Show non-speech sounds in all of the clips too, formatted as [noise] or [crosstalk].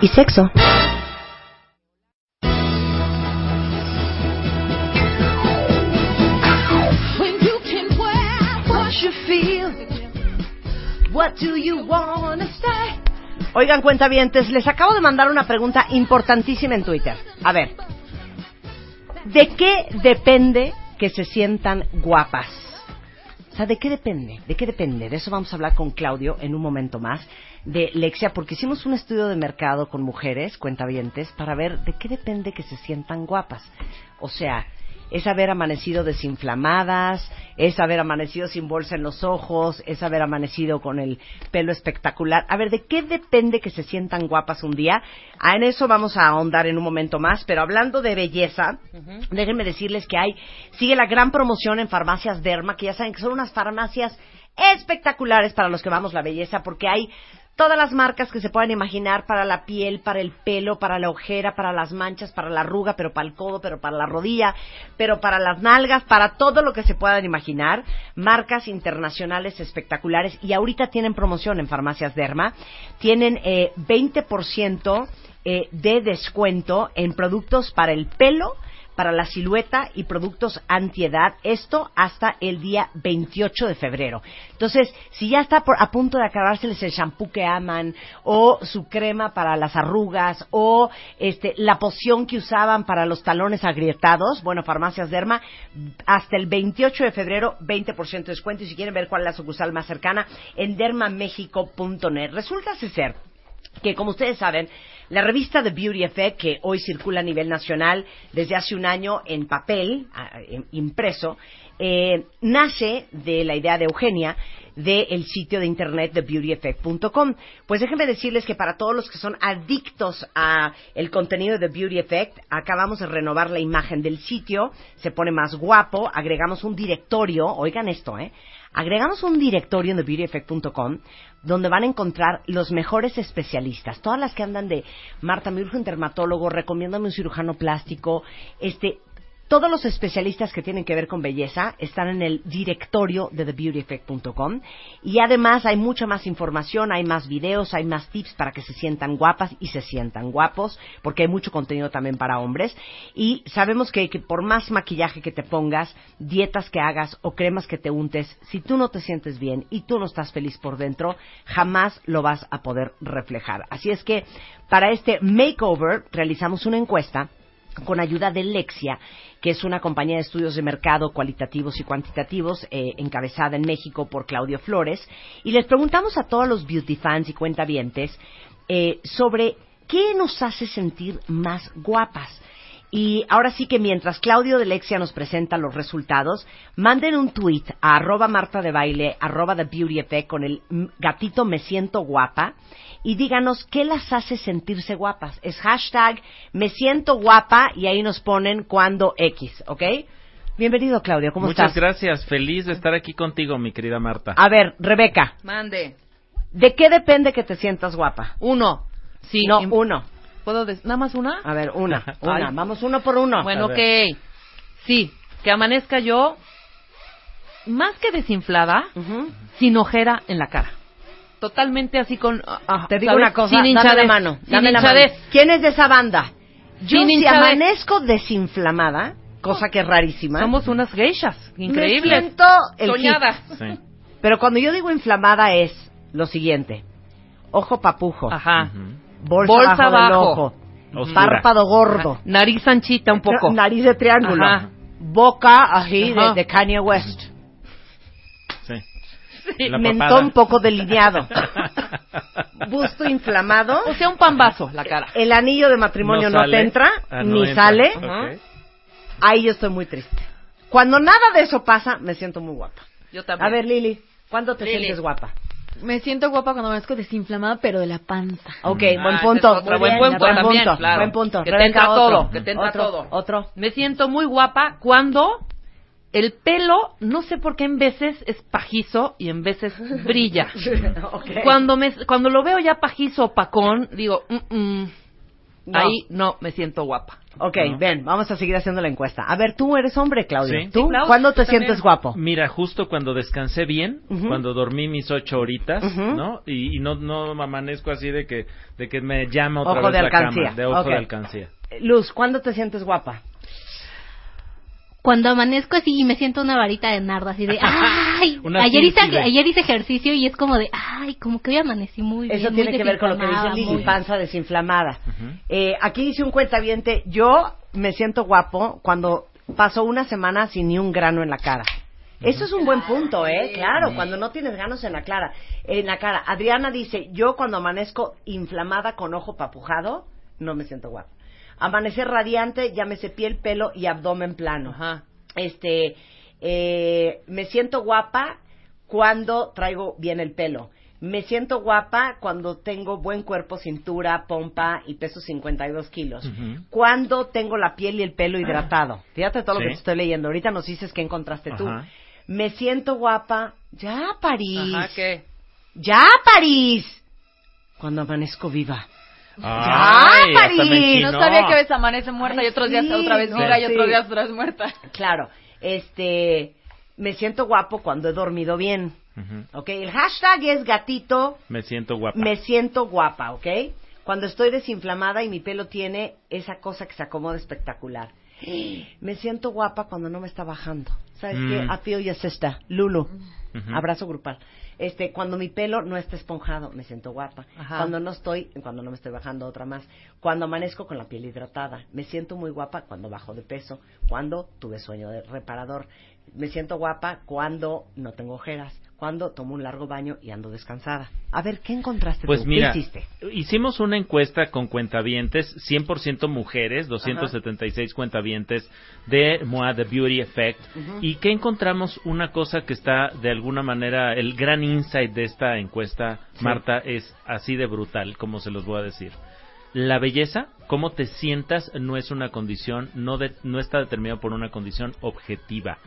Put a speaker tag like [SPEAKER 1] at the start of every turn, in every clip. [SPEAKER 1] Y sexo.
[SPEAKER 2] When you can wear what you feel, what do you wanna say?
[SPEAKER 1] Oigan, cuentavientes, les acabo de mandar una pregunta importantísima en Twitter. A ver, ¿de qué depende que se sientan guapas? O sea, ¿de qué depende? ¿De qué depende? De eso vamos a hablar con Claudio en un momento más, de Lexia, porque hicimos un estudio de mercado con mujeres, cuentavientes, para ver de qué depende que se sientan guapas. O sea, es haber amanecido desinflamadas, es haber amanecido sin bolsa en los ojos, es haber amanecido con el pelo espectacular. A ver, ¿de qué depende que se sientan guapas un día? Ah, en eso vamos a ahondar en un momento más, pero hablando de belleza, déjenme decirles que hay, sigue la gran promoción en farmacias Derma, que ya saben que son unas farmacias espectaculares para los que vamos la belleza, porque hay todas las marcas que se puedan imaginar para la piel, para el pelo, para la ojera, para las manchas, para la arruga, pero para el codo, pero para la rodilla, pero para las nalgas, para todo lo que se puedan imaginar. Marcas internacionales espectaculares y ahorita tienen promoción en Farmacias Derma. Tienen eh, 20% eh, de descuento en productos para el pelo, para la silueta y productos antiedad. Esto hasta el día 28 de febrero. Entonces, si ya está por- a punto de acabárseles el shampoo que aman, o su crema para las arrugas, o este, la poción que usaban para los talones agrietados, bueno, Farmacias Derma, hasta el 28 de febrero, 20% de descuento. Y si quieren ver cuál es la sucursal más cercana, en dermamexico.net. Resulta ser que como ustedes saben, la revista The Beauty Effect, que hoy circula a nivel nacional desde hace un año en papel, a- en- impreso, eh, nace de la idea de Eugenia del sitio de internet TheBeautyEffect.com. Pues déjenme decirles que para todos los que son adictos a el contenido de The Beauty Effect, acabamos de renovar la imagen del sitio, se pone más guapo, agregamos un directorio, oigan esto, ¿eh? Agregamos un directorio en TheBeautyEffect.com donde van a encontrar los mejores especialistas. Todas las que andan de Marta, mi un dermatólogo, recomiéndame un cirujano plástico. Este, todos los especialistas que tienen que ver con belleza están en el directorio de TheBeautyEffect.com y además hay mucha más información, hay más videos, hay más tips para que se sientan guapas y se sientan guapos, porque hay mucho contenido también para hombres. Y sabemos que, que por más maquillaje que te pongas, dietas que hagas o cremas que te untes, si tú no te sientes bien y tú no estás feliz por dentro, jamás lo vas a poder reflejar. Así es que para este makeover realizamos una encuesta con ayuda de Lexia, que es una compañía de estudios de mercado cualitativos y cuantitativos eh, encabezada en México por Claudio Flores, y les preguntamos a todos los beauty fans y cuentavientes eh, sobre qué nos hace sentir más guapas. Y ahora sí que mientras Claudio de Lexia nos presenta los resultados, manden un tweet a arroba Marta de Baile, arroba The Beauty Effect con el mm, gatito me siento guapa y díganos qué las hace sentirse guapas. Es hashtag me siento guapa y ahí nos ponen cuando X, ¿ok? Bienvenido Claudio, ¿cómo
[SPEAKER 3] Muchas
[SPEAKER 1] estás? Ah.
[SPEAKER 3] gracias, feliz de estar aquí contigo, mi querida Marta.
[SPEAKER 1] A ver, Rebeca,
[SPEAKER 4] Mande.
[SPEAKER 1] ¿de qué depende que te sientas guapa?
[SPEAKER 4] Uno. Sí. em-
[SPEAKER 1] no, Ah,
[SPEAKER 4] Im-
[SPEAKER 1] uno.
[SPEAKER 4] ¿Puedo decir? ¿Nada más una?
[SPEAKER 1] A ver, una, una.
[SPEAKER 3] Ay.
[SPEAKER 1] Vamos uno por uno.
[SPEAKER 4] bueno,
[SPEAKER 3] A
[SPEAKER 4] ok. Sí, que amanezca yo más que desinflada,
[SPEAKER 1] Ujú.
[SPEAKER 4] sin ojera en la cara. Totalmente así con... ah, ah,
[SPEAKER 1] Te digo
[SPEAKER 4] ¿sabes?
[SPEAKER 1] una cosa,
[SPEAKER 4] sin hinchadez.
[SPEAKER 1] dame la mano,
[SPEAKER 4] Sin
[SPEAKER 1] dame la mano.
[SPEAKER 4] hinchadez.
[SPEAKER 1] ¿Quién es de esa banda? Yo
[SPEAKER 4] Sin
[SPEAKER 1] si
[SPEAKER 4] hinchadez.
[SPEAKER 1] amanezco desinflamada, cosa que es rarísima.
[SPEAKER 4] Somos unas geishas
[SPEAKER 1] Me
[SPEAKER 4] increíbles.
[SPEAKER 1] siento el
[SPEAKER 4] Soñadas.
[SPEAKER 3] Sí.
[SPEAKER 1] hit. Pero cuando yo digo inflamada es lo siguiente. Ojo papujo,
[SPEAKER 4] Ajá.
[SPEAKER 3] Ujú.
[SPEAKER 1] bolsa,
[SPEAKER 4] Bolsa
[SPEAKER 1] abajo del
[SPEAKER 4] abajo.
[SPEAKER 1] ojo,
[SPEAKER 3] Oscura.
[SPEAKER 1] Párpado gordo.
[SPEAKER 4] Nariz anchita un poco.
[SPEAKER 1] Nariz de triángulo.
[SPEAKER 4] Ajá.
[SPEAKER 1] Boca así de,
[SPEAKER 4] Ajá.
[SPEAKER 1] de Kanye West.
[SPEAKER 3] Sí. La
[SPEAKER 1] Mentón
[SPEAKER 3] papada. [laughs]
[SPEAKER 1] poco
[SPEAKER 4] [laughs]
[SPEAKER 1] delineado. Busto inflamado.
[SPEAKER 4] O sea, un pambazo la cara.
[SPEAKER 1] El anillo de matrimonio no,
[SPEAKER 3] sale.
[SPEAKER 1] te entra,
[SPEAKER 3] Ah, no
[SPEAKER 1] ni
[SPEAKER 3] entra.
[SPEAKER 1] sale.
[SPEAKER 3] Ok.
[SPEAKER 4] Ajá.
[SPEAKER 1] Ahí yo estoy muy triste. Cuando nada de eso pasa, me siento muy guapa.
[SPEAKER 4] Yo también.
[SPEAKER 1] A ver, Lili, ¿cuándo te
[SPEAKER 4] Lili.
[SPEAKER 1] sientes guapa?
[SPEAKER 5] Me siento guapa cuando amanezco desinflamada, pero de la panza.
[SPEAKER 1] Ok,
[SPEAKER 4] Ah,
[SPEAKER 1] buen
[SPEAKER 4] esa
[SPEAKER 1] punto.
[SPEAKER 4] es otra,
[SPEAKER 1] Muy
[SPEAKER 4] buen
[SPEAKER 1] bien,
[SPEAKER 4] punto también, claro.
[SPEAKER 1] Buen punto.
[SPEAKER 4] Que te
[SPEAKER 1] Rebeca,
[SPEAKER 4] entra
[SPEAKER 1] otro.
[SPEAKER 4] todo, que te entra
[SPEAKER 1] Otro,
[SPEAKER 4] todo. [laughs]
[SPEAKER 1] Otro.
[SPEAKER 4] Me siento muy guapa cuando el pelo, no sé por qué en veces es pajizo y en veces
[SPEAKER 5] [laughs]
[SPEAKER 4] brilla.
[SPEAKER 1] Ok.
[SPEAKER 4] Cuando me cuando lo veo ya pajizo opacón, digo, "Mm, mm,
[SPEAKER 1] No.
[SPEAKER 4] ahí no me siento guapa.
[SPEAKER 1] Ok,
[SPEAKER 3] No.
[SPEAKER 1] ven, vamos a seguir haciendo la encuesta. A ver, tú eres hombre, Claudio.
[SPEAKER 3] Sí.
[SPEAKER 1] ¿Tú?
[SPEAKER 4] Sí, Claudio,
[SPEAKER 1] ¿Cuándo
[SPEAKER 4] yo
[SPEAKER 1] te
[SPEAKER 4] también.
[SPEAKER 1] sientes guapo?
[SPEAKER 3] Mira, justo cuando descansé bien,
[SPEAKER 1] Ujú.
[SPEAKER 3] cuando dormí mis ocho horitas,
[SPEAKER 1] Ujú.
[SPEAKER 3] ¿no? Y, y no, no me amanezco así de que, de que me llama otra
[SPEAKER 1] Ojo
[SPEAKER 3] vez
[SPEAKER 1] de
[SPEAKER 3] la
[SPEAKER 1] alcancía.
[SPEAKER 3] cama, de ojo
[SPEAKER 1] Ok.
[SPEAKER 3] de alcancía.
[SPEAKER 1] Luz, ¿cuándo te sientes guapa?
[SPEAKER 5] Cuando amanezco así y me siento una varita de nardo, así de, ay,
[SPEAKER 3] Una
[SPEAKER 5] ayer hice,
[SPEAKER 3] sílfide.
[SPEAKER 5] ayer hice ejercicio y es como de, ay, como que hoy amanecí muy bien.
[SPEAKER 1] Eso
[SPEAKER 5] muy
[SPEAKER 1] tiene que ver con lo que dice
[SPEAKER 5] desinflamada,
[SPEAKER 1] Lili,
[SPEAKER 5] muy-
[SPEAKER 1] panza desinflamada.
[SPEAKER 3] Ujú.
[SPEAKER 1] Eh, aquí dice un cuentaviente, yo me siento guapo cuando paso una semana sin ni un grano en la cara. Eso es un buen punto, ¿eh? Claro, cuando no tienes granos en la, cara, en la cara. Adriana dice, yo cuando amanezco inflamada con ojo papujado, no me siento guapa. Amanecer radiante, ya me cepillé el pelo y abdomen plano.
[SPEAKER 4] Ajá.
[SPEAKER 1] Este, eh, me siento guapa cuando traigo bien el pelo. Me siento guapa cuando tengo buen cuerpo, cintura, pompa y peso 52 kilos.
[SPEAKER 3] Ujú.
[SPEAKER 1] Cuando tengo la piel y el pelo hidratado. Fíjate todo lo que
[SPEAKER 3] Sí.
[SPEAKER 1] te estoy leyendo. Ahorita nos dices que encontraste tú.
[SPEAKER 3] Ajá.
[SPEAKER 1] Me siento guapa. Ya, París.
[SPEAKER 4] Ajá, ¿qué?
[SPEAKER 1] Ya, París. Cuando amanezco viva.
[SPEAKER 3] Ay, hasta
[SPEAKER 1] París!
[SPEAKER 3] me
[SPEAKER 1] Sí,
[SPEAKER 5] no,
[SPEAKER 3] enchinó.
[SPEAKER 5] sabía que a veces amanece muerta
[SPEAKER 1] Ay,
[SPEAKER 5] y otros días
[SPEAKER 1] sí,
[SPEAKER 5] otra vez
[SPEAKER 1] no,
[SPEAKER 5] viva y
[SPEAKER 1] sí.
[SPEAKER 5] otros días otra vez
[SPEAKER 4] [laughs]
[SPEAKER 5] muerta.
[SPEAKER 1] Claro. Este, me siento guapo cuando he dormido bien.
[SPEAKER 3] Ujú.
[SPEAKER 1] ¿ok? El hashtag es gatito,
[SPEAKER 3] Me siento guapa.
[SPEAKER 1] me siento guapa, ¿ok? Cuando estoy desinflamada y mi pelo tiene esa cosa que se acomoda espectacular. [gasps] Me siento guapa cuando no me está bajando. ¿Sabes qué?
[SPEAKER 3] Mm.
[SPEAKER 1] A feel your sister, Lulu.
[SPEAKER 3] Ujú.
[SPEAKER 1] Abrazo grupal. Este, cuando mi pelo no está esponjado, me siento guapa.
[SPEAKER 4] Ajá.
[SPEAKER 1] Cuando no estoy, cuando no me estoy bajando otra más. Cuando amanezco con la piel hidratada, me siento muy guapa cuando bajo de peso, cuando tuve sueño de reparador. Me siento guapa cuando no tengo ojeras, cuando tomo un largo baño y ando descansada. A ver, ¿qué encontraste
[SPEAKER 3] Pues
[SPEAKER 1] tú?
[SPEAKER 3] mira,
[SPEAKER 1] ¿Qué hiciste?
[SPEAKER 3] hicimos una encuesta con cuentavientes, 100% mujeres, 276 cuentavientes de MOA The Beauty Effect. ¿Y que encontramos? Una cosa que está de alguna manera, el gran insight de esta encuesta, Marta, es así de brutal, como se los voy a decir. La belleza, cómo te sientas, no es una condición, no, de- no está determinado por una condición objetiva.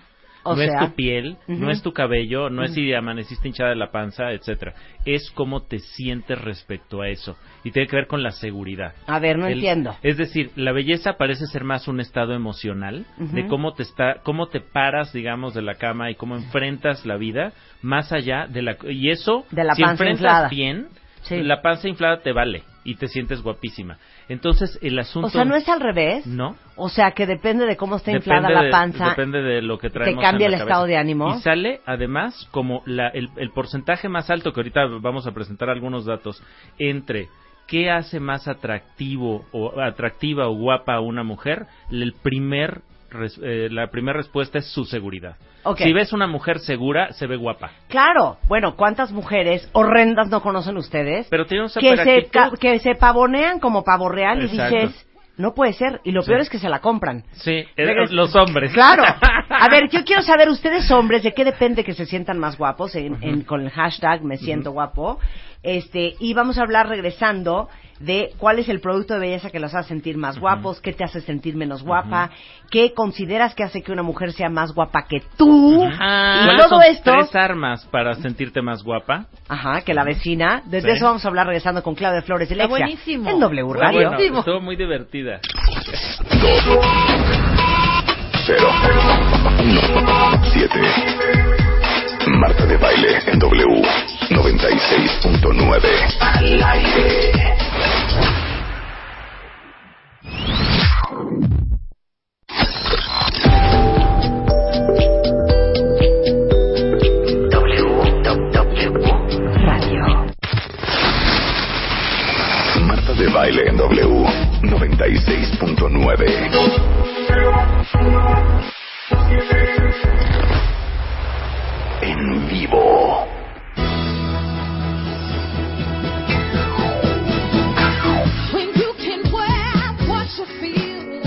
[SPEAKER 1] O
[SPEAKER 3] no
[SPEAKER 1] sea,
[SPEAKER 3] es tu piel,
[SPEAKER 1] ujú.
[SPEAKER 3] no es tu cabello, no
[SPEAKER 1] Mm.
[SPEAKER 3] es si amaneciste hinchada de la panza, etcétera. Es cómo te sientes respecto a eso. Y tiene que ver con la seguridad.
[SPEAKER 1] A ver, no
[SPEAKER 3] El-
[SPEAKER 1] entiendo.
[SPEAKER 3] Es decir, la belleza parece ser más un estado emocional
[SPEAKER 1] Ujú.
[SPEAKER 3] de cómo te está, cómo te paras, digamos, de la cama y cómo enfrentas la vida más allá de la y eso
[SPEAKER 1] De la
[SPEAKER 3] si
[SPEAKER 1] panza
[SPEAKER 3] enfrentas
[SPEAKER 1] inflada.
[SPEAKER 3] bien,
[SPEAKER 1] Sí.
[SPEAKER 3] la panza inflada te vale y te sientes guapísima. Entonces, el asunto
[SPEAKER 1] O sea, ¿no es al revés?
[SPEAKER 3] no
[SPEAKER 1] O sea, que depende de cómo está
[SPEAKER 3] Depende
[SPEAKER 1] inflada la
[SPEAKER 3] de-
[SPEAKER 1] panza.
[SPEAKER 3] depende de lo que traemos.
[SPEAKER 1] cambia
[SPEAKER 3] en la
[SPEAKER 1] el estado
[SPEAKER 3] cabeza.
[SPEAKER 1] de ánimo.
[SPEAKER 3] Y sale, además, como la- el, el porcentaje más alto, que ahorita vamos a presentar algunos datos, entre qué hace más atractivo o atractiva o guapa a una mujer, el primer, res- eh, la primera respuesta es su seguridad.
[SPEAKER 1] Ok.
[SPEAKER 3] Si ves una mujer segura, se ve guapa.
[SPEAKER 1] Claro, bueno, ¿cuántas mujeres horrendas no conocen ustedes?
[SPEAKER 3] Pero tiene un
[SPEAKER 1] que se,
[SPEAKER 3] superactitud.
[SPEAKER 1] ca- que se pavonean como pavo real y
[SPEAKER 3] Exacto.
[SPEAKER 1] dices, no puede ser. Y lo
[SPEAKER 3] Sí.
[SPEAKER 1] peor es que se la
[SPEAKER 3] [laughs]
[SPEAKER 1] compran.
[SPEAKER 3] Sí,
[SPEAKER 1] Regres-
[SPEAKER 3] eh, los hombres. [laughs]
[SPEAKER 1] Claro. A ver, yo quiero saber, ustedes hombres, ¿de qué depende que se sientan más guapos en- en- con el hashtag me siento guapo? Este, y vamos a hablar regresando de cuál es el producto de belleza que los hace sentir más guapos, qué te hace sentir menos guapa, qué consideras que hace que una mujer sea más guapa que tú.
[SPEAKER 4] Ajá.
[SPEAKER 1] Y
[SPEAKER 3] ¿Cuáles
[SPEAKER 1] todo
[SPEAKER 3] son
[SPEAKER 1] esto...
[SPEAKER 3] tres armas para sentirte más guapa?
[SPEAKER 1] Ajá, que la vecina. Desde
[SPEAKER 3] Sí.
[SPEAKER 1] eso vamos a hablar regresando con Claudia Flores de
[SPEAKER 4] Está
[SPEAKER 1] Lexia.
[SPEAKER 4] buenísimo.
[SPEAKER 1] En W
[SPEAKER 3] Está
[SPEAKER 1] Radio.
[SPEAKER 3] Pues, bueno, estuvo muy divertida.
[SPEAKER 6] Cero. Uno. Siete. Marta de Baile en W 96.9. Al aire.
[SPEAKER 1] Radio.
[SPEAKER 6] Marta de Baile en W 96.9. 9. En vivo.
[SPEAKER 2] When you can wear what you feel.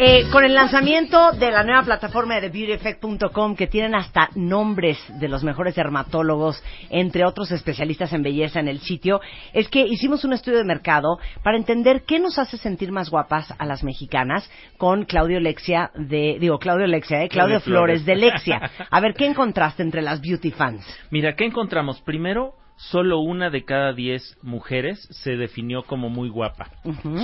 [SPEAKER 1] Eh, con el lanzamiento de la nueva plataforma de beautyeffect.com que tienen hasta nombres de los mejores dermatólogos, entre otros especialistas en belleza en el sitio, es que hicimos un estudio de mercado para entender qué nos hace sentir más guapas a las mexicanas con Claudio Lexia de, digo Claudio Lexia, eh, Claudio
[SPEAKER 3] Claudio
[SPEAKER 1] Flores
[SPEAKER 3] Flores.
[SPEAKER 1] de Lexia. A ver, ¿qué encontraste entre las beauty fans?
[SPEAKER 3] Mira, ¿qué encontramos? Primero, solo una de cada diez mujeres se definió como muy guapa.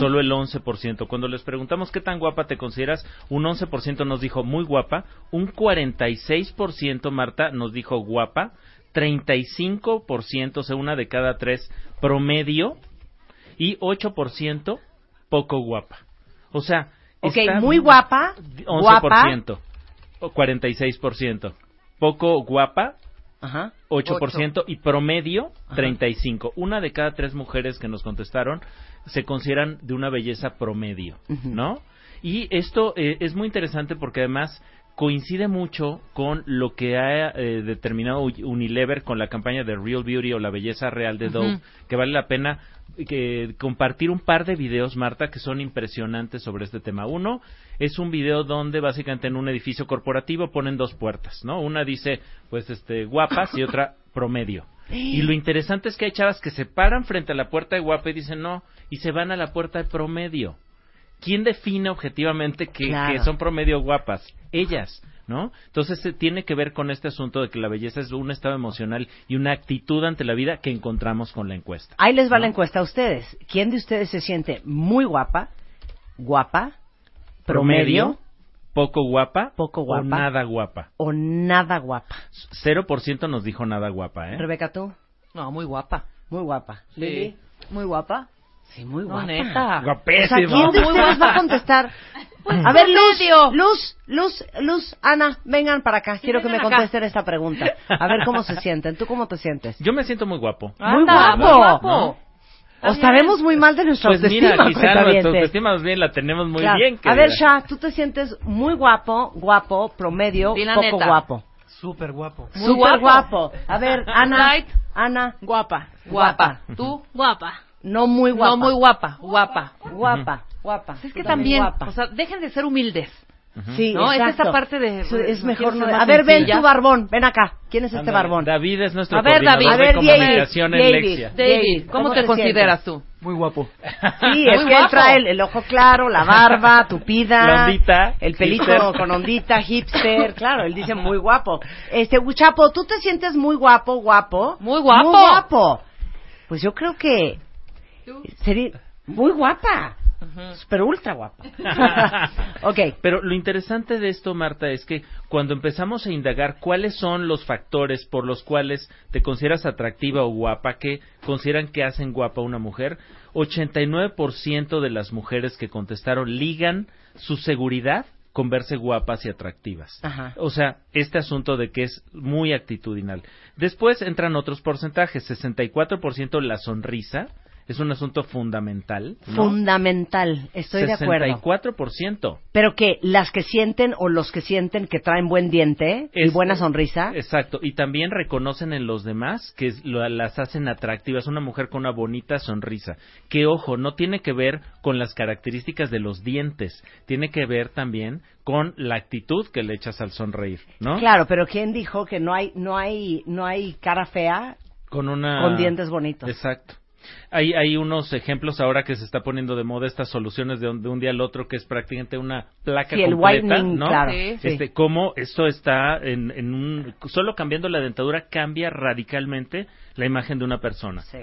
[SPEAKER 3] Solo el 11%. Cuando les preguntamos qué tan guapa te consideras, un 11% nos dijo muy guapa, un 46% Marta nos dijo guapa, 35%, o sea, una de cada tres promedio y 8% poco guapa. O sea,
[SPEAKER 1] Ok,
[SPEAKER 3] está-
[SPEAKER 1] muy guapa,
[SPEAKER 3] 11%, o 46%. Poco guapa,
[SPEAKER 1] Ajá.
[SPEAKER 3] 8%, y promedio 35. Una de cada tres mujeres que nos contestaron se consideran de una belleza promedio, ¿no? Y esto eh, es muy interesante porque además coincide mucho con lo que ha eh, determinado Uni- Unilever con la campaña de Real Beauty o la belleza real de Dove, que vale la pena que compartir un par de videos, Marta, que son impresionantes sobre este tema. Uno es un video donde básicamente en un edificio corporativo ponen dos puertas, ¿no? Una dice, pues, este, guapas y otra promedio. Y lo interesante es que hay chavas que se paran frente a la puerta de guapa y dicen no, y se van a la puerta de promedio. ¿Quién define objetivamente que,
[SPEAKER 1] Claro.
[SPEAKER 3] que son promedio guapas? Ellas, ¿no? Entonces se tiene que ver con este asunto de que la belleza es un estado emocional y una actitud ante la vida que encontramos con la encuesta.
[SPEAKER 1] Ahí les va la encuesta a ustedes. ¿Quién de ustedes se siente muy guapa, guapa, promedio,
[SPEAKER 3] poco guapa,
[SPEAKER 1] Poco
[SPEAKER 3] o
[SPEAKER 1] guapa.
[SPEAKER 3] nada guapa.
[SPEAKER 1] o nada guapa?
[SPEAKER 3] 0% nos dijo nada guapa, ¿eh?
[SPEAKER 1] Rebeca, tú,
[SPEAKER 4] No, muy guapa.
[SPEAKER 1] muy guapa.
[SPEAKER 4] Sí.
[SPEAKER 1] Lili,
[SPEAKER 5] Muy guapa.
[SPEAKER 1] sí, muy
[SPEAKER 4] No,
[SPEAKER 1] guapa.
[SPEAKER 4] neta. Pues
[SPEAKER 1] O sea,
[SPEAKER 3] Guapísima.
[SPEAKER 1] ¿quién de ustedes va a
[SPEAKER 4] [laughs]
[SPEAKER 1] contestar? a ver, Luz,
[SPEAKER 4] promedio.
[SPEAKER 1] Luz, Luz, Luz, Ana, vengan para acá. Quiero que me
[SPEAKER 4] vengan acá.
[SPEAKER 1] contesten esta pregunta. A ver cómo
[SPEAKER 4] [laughs]
[SPEAKER 1] se sienten. ¿Tú cómo te sientes?
[SPEAKER 3] Yo me siento muy guapo.
[SPEAKER 4] Anda,
[SPEAKER 1] muy guapo.
[SPEAKER 4] muy guapo.
[SPEAKER 1] ¿O estaremos muy mal de nuestra
[SPEAKER 3] Pues
[SPEAKER 1] autoestima?
[SPEAKER 3] mira, quizá nuestra
[SPEAKER 1] cuentavientes?
[SPEAKER 3] autoestima más bien la tenemos muy
[SPEAKER 1] Claro.
[SPEAKER 3] bien.
[SPEAKER 1] A ver,
[SPEAKER 3] querida.
[SPEAKER 1] Sha, tú te sientes muy guapo, guapo, promedio,
[SPEAKER 4] Di la
[SPEAKER 1] poco
[SPEAKER 4] neta.
[SPEAKER 1] guapo.
[SPEAKER 7] Súper guapo.
[SPEAKER 4] Muy
[SPEAKER 1] Súper
[SPEAKER 4] guapo.
[SPEAKER 1] guapo. A
[SPEAKER 4] [laughs]
[SPEAKER 1] ver, Ana.
[SPEAKER 4] Right.
[SPEAKER 1] Ana,
[SPEAKER 5] Guapa.
[SPEAKER 4] Guapa. ¿Tú?
[SPEAKER 5] Guapa.
[SPEAKER 1] no muy guapa.
[SPEAKER 4] No, muy guapa. Guapa.
[SPEAKER 1] Guapa, guapa.
[SPEAKER 4] Pues es que
[SPEAKER 1] Tú
[SPEAKER 4] también,
[SPEAKER 1] guapa.
[SPEAKER 4] o sea, dejen de ser humildes.
[SPEAKER 1] sí,
[SPEAKER 4] no, es
[SPEAKER 1] exacto.
[SPEAKER 4] esa parte de-
[SPEAKER 1] Es,
[SPEAKER 4] bueno,
[SPEAKER 1] es
[SPEAKER 4] no
[SPEAKER 1] mejor
[SPEAKER 4] quiero
[SPEAKER 1] no.
[SPEAKER 4] ser más
[SPEAKER 1] A ver, ven
[SPEAKER 4] sencilla.
[SPEAKER 1] tú, barbón. Ven acá. ¿Quién es este
[SPEAKER 3] Ándale.
[SPEAKER 1] barbón?
[SPEAKER 3] David es nuestro
[SPEAKER 4] A ver,
[SPEAKER 3] coordinador
[SPEAKER 4] David.
[SPEAKER 3] de
[SPEAKER 4] A ver,
[SPEAKER 3] comunicación
[SPEAKER 1] David,
[SPEAKER 3] en
[SPEAKER 1] David.
[SPEAKER 3] Lexia.
[SPEAKER 4] David, ¿cómo
[SPEAKER 1] ¿cómo
[SPEAKER 4] te
[SPEAKER 1] te
[SPEAKER 4] consideras tú?
[SPEAKER 7] Muy guapo.
[SPEAKER 1] Sí, es
[SPEAKER 4] Muy
[SPEAKER 1] que él
[SPEAKER 4] guapo.
[SPEAKER 1] trae el, el ojo claro, la
[SPEAKER 3] [laughs]
[SPEAKER 1] barba, tupida.
[SPEAKER 3] La ondita,
[SPEAKER 1] El pelito
[SPEAKER 3] hipster.
[SPEAKER 1] con
[SPEAKER 3] [laughs]
[SPEAKER 1] ondita, hipster. Claro, él dice muy guapo. Este, Guchapo, ¿tú te sientes muy guapo, guapo?
[SPEAKER 4] Muy guapo.
[SPEAKER 1] Muy guapo. Pues yo creo que sería muy guapa. Super ultra guapa. [laughs] ok.
[SPEAKER 3] Pero lo interesante de esto, Marta, es que cuando empezamos a indagar cuáles son los factores por los cuales te consideras atractiva o guapa, que consideran que hacen guapa a una mujer, 89% de las mujeres que contestaron ligan su seguridad con verse guapas y atractivas.
[SPEAKER 1] Ajá.
[SPEAKER 3] O sea, este asunto de que es muy actitudinal. Después entran otros porcentajes, 64% la sonrisa, es un asunto fundamental. ¿no?
[SPEAKER 1] Fundamental. Estoy de acuerdo.
[SPEAKER 3] 64%.
[SPEAKER 1] Pero que las que sienten o los que sienten que traen buen diente y
[SPEAKER 3] Es-
[SPEAKER 1] buena sonrisa.
[SPEAKER 3] Exacto, y también reconocen en los demás que es- lo- las hacen atractivas, una mujer con una bonita sonrisa, que ojo, no tiene que ver con las características de los dientes, tiene que ver también con la actitud que le echas al sonreír, ¿no?
[SPEAKER 1] Claro, pero ¿quién dijo que no hay, no hay, no hay cara fea
[SPEAKER 3] Con una
[SPEAKER 1] con dientes bonitos?
[SPEAKER 3] Exacto. Hay, hay unos ejemplos ahora que se está poniendo de moda estas soluciones de un, de un día al otro que es prácticamente una placa
[SPEAKER 1] Sí, el
[SPEAKER 3] completa,
[SPEAKER 1] whitening,
[SPEAKER 3] ¿no?
[SPEAKER 1] claro.
[SPEAKER 4] Sí,
[SPEAKER 1] sí.
[SPEAKER 3] Este, cómo esto está en, en un solo cambiando la dentadura cambia radicalmente la imagen de una persona.
[SPEAKER 1] Sí.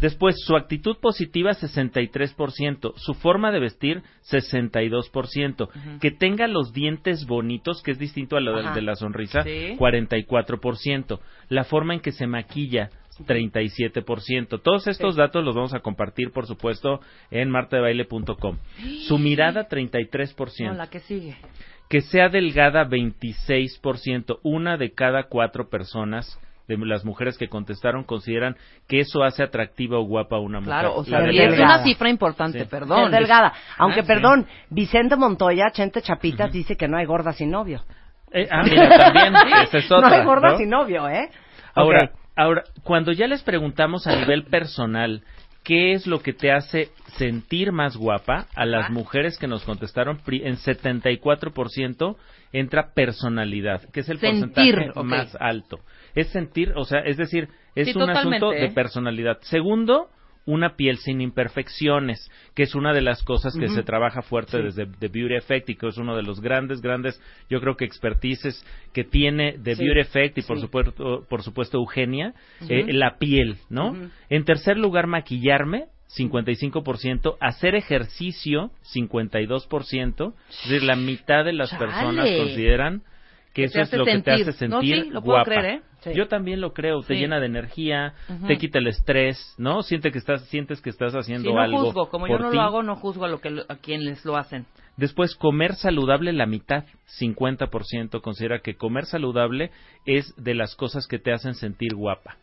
[SPEAKER 3] Después, su actitud positiva 63%, su forma de vestir 62%, que tenga los dientes bonitos, que es distinto a lo de,
[SPEAKER 1] Ajá.
[SPEAKER 3] de la sonrisa,
[SPEAKER 4] Sí.
[SPEAKER 3] 44%, la forma en que se maquilla 37%. Todos estos datos los vamos a compartir, por supuesto, en martadebaile.com. Su mirada 33%,
[SPEAKER 4] No, la que sigue.
[SPEAKER 3] que sea delgada 26%, una de cada cuatro personas de las mujeres que contestaron consideran que eso hace atractiva o guapa a una mujer.
[SPEAKER 4] Claro, o sea,
[SPEAKER 3] La
[SPEAKER 1] de
[SPEAKER 4] y es
[SPEAKER 3] delgada.
[SPEAKER 4] una cifra importante,
[SPEAKER 3] Sí.
[SPEAKER 4] perdón.
[SPEAKER 1] Es delgada. Aunque,
[SPEAKER 3] Ah, sí.
[SPEAKER 1] perdón, Vicente Montoya, Chente Chapitas, dice que no hay gorda sin novio.
[SPEAKER 3] Eh, ah, mira,
[SPEAKER 4] [laughs]
[SPEAKER 3] también, esa es otra,
[SPEAKER 1] no hay gorda
[SPEAKER 3] ¿no?
[SPEAKER 1] sin novio, ¿eh?
[SPEAKER 3] Ahora,
[SPEAKER 1] Ok.
[SPEAKER 3] ahora, cuando ya les preguntamos a nivel personal qué es lo que te hace sentir más guapa, a
[SPEAKER 4] Ah.
[SPEAKER 3] las mujeres que nos contestaron, pri- en 74% entra personalidad, que es el
[SPEAKER 4] Sentir,
[SPEAKER 3] porcentaje
[SPEAKER 4] ok.
[SPEAKER 3] más alto. Es sentir, o sea, es decir, es
[SPEAKER 4] Sí,
[SPEAKER 3] un asunto
[SPEAKER 4] totalmente,
[SPEAKER 3] de
[SPEAKER 4] ¿eh?
[SPEAKER 3] personalidad. Segundo, una piel sin imperfecciones, que es una de las cosas que se trabaja fuerte desde The Beauty Effect y que es uno de los grandes, grandes, yo creo que expertices que tiene The Beauty Effect y por, supuesto, por supuesto Eugenia, eh, la piel, ¿no? En tercer lugar, maquillarme. 55%, hacer ejercicio, 52%, es decir, la mitad de las
[SPEAKER 4] Chale.
[SPEAKER 3] personas consideran que
[SPEAKER 4] Que
[SPEAKER 3] eso
[SPEAKER 4] te
[SPEAKER 3] es
[SPEAKER 4] hace
[SPEAKER 3] lo que te
[SPEAKER 4] sentir.
[SPEAKER 3] hace
[SPEAKER 4] No,
[SPEAKER 3] sentir
[SPEAKER 4] sí, lo puedo
[SPEAKER 3] guapa.
[SPEAKER 4] creer, ¿eh? Sí.
[SPEAKER 3] Yo también lo creo, te
[SPEAKER 4] Sí.
[SPEAKER 3] llena de energía,
[SPEAKER 4] Ujú.
[SPEAKER 3] te quita el estrés, ¿no? Siente que estás, sientes que estás haciendo
[SPEAKER 4] Sí, no
[SPEAKER 3] algo
[SPEAKER 4] juzgo, como yo
[SPEAKER 3] por
[SPEAKER 4] no
[SPEAKER 3] ti.
[SPEAKER 4] lo hago, no juzgo a, lo que, a quienes lo hacen.
[SPEAKER 3] Después, comer saludable la mitad, 50% considera que comer saludable es de las cosas que te hacen sentir guapa.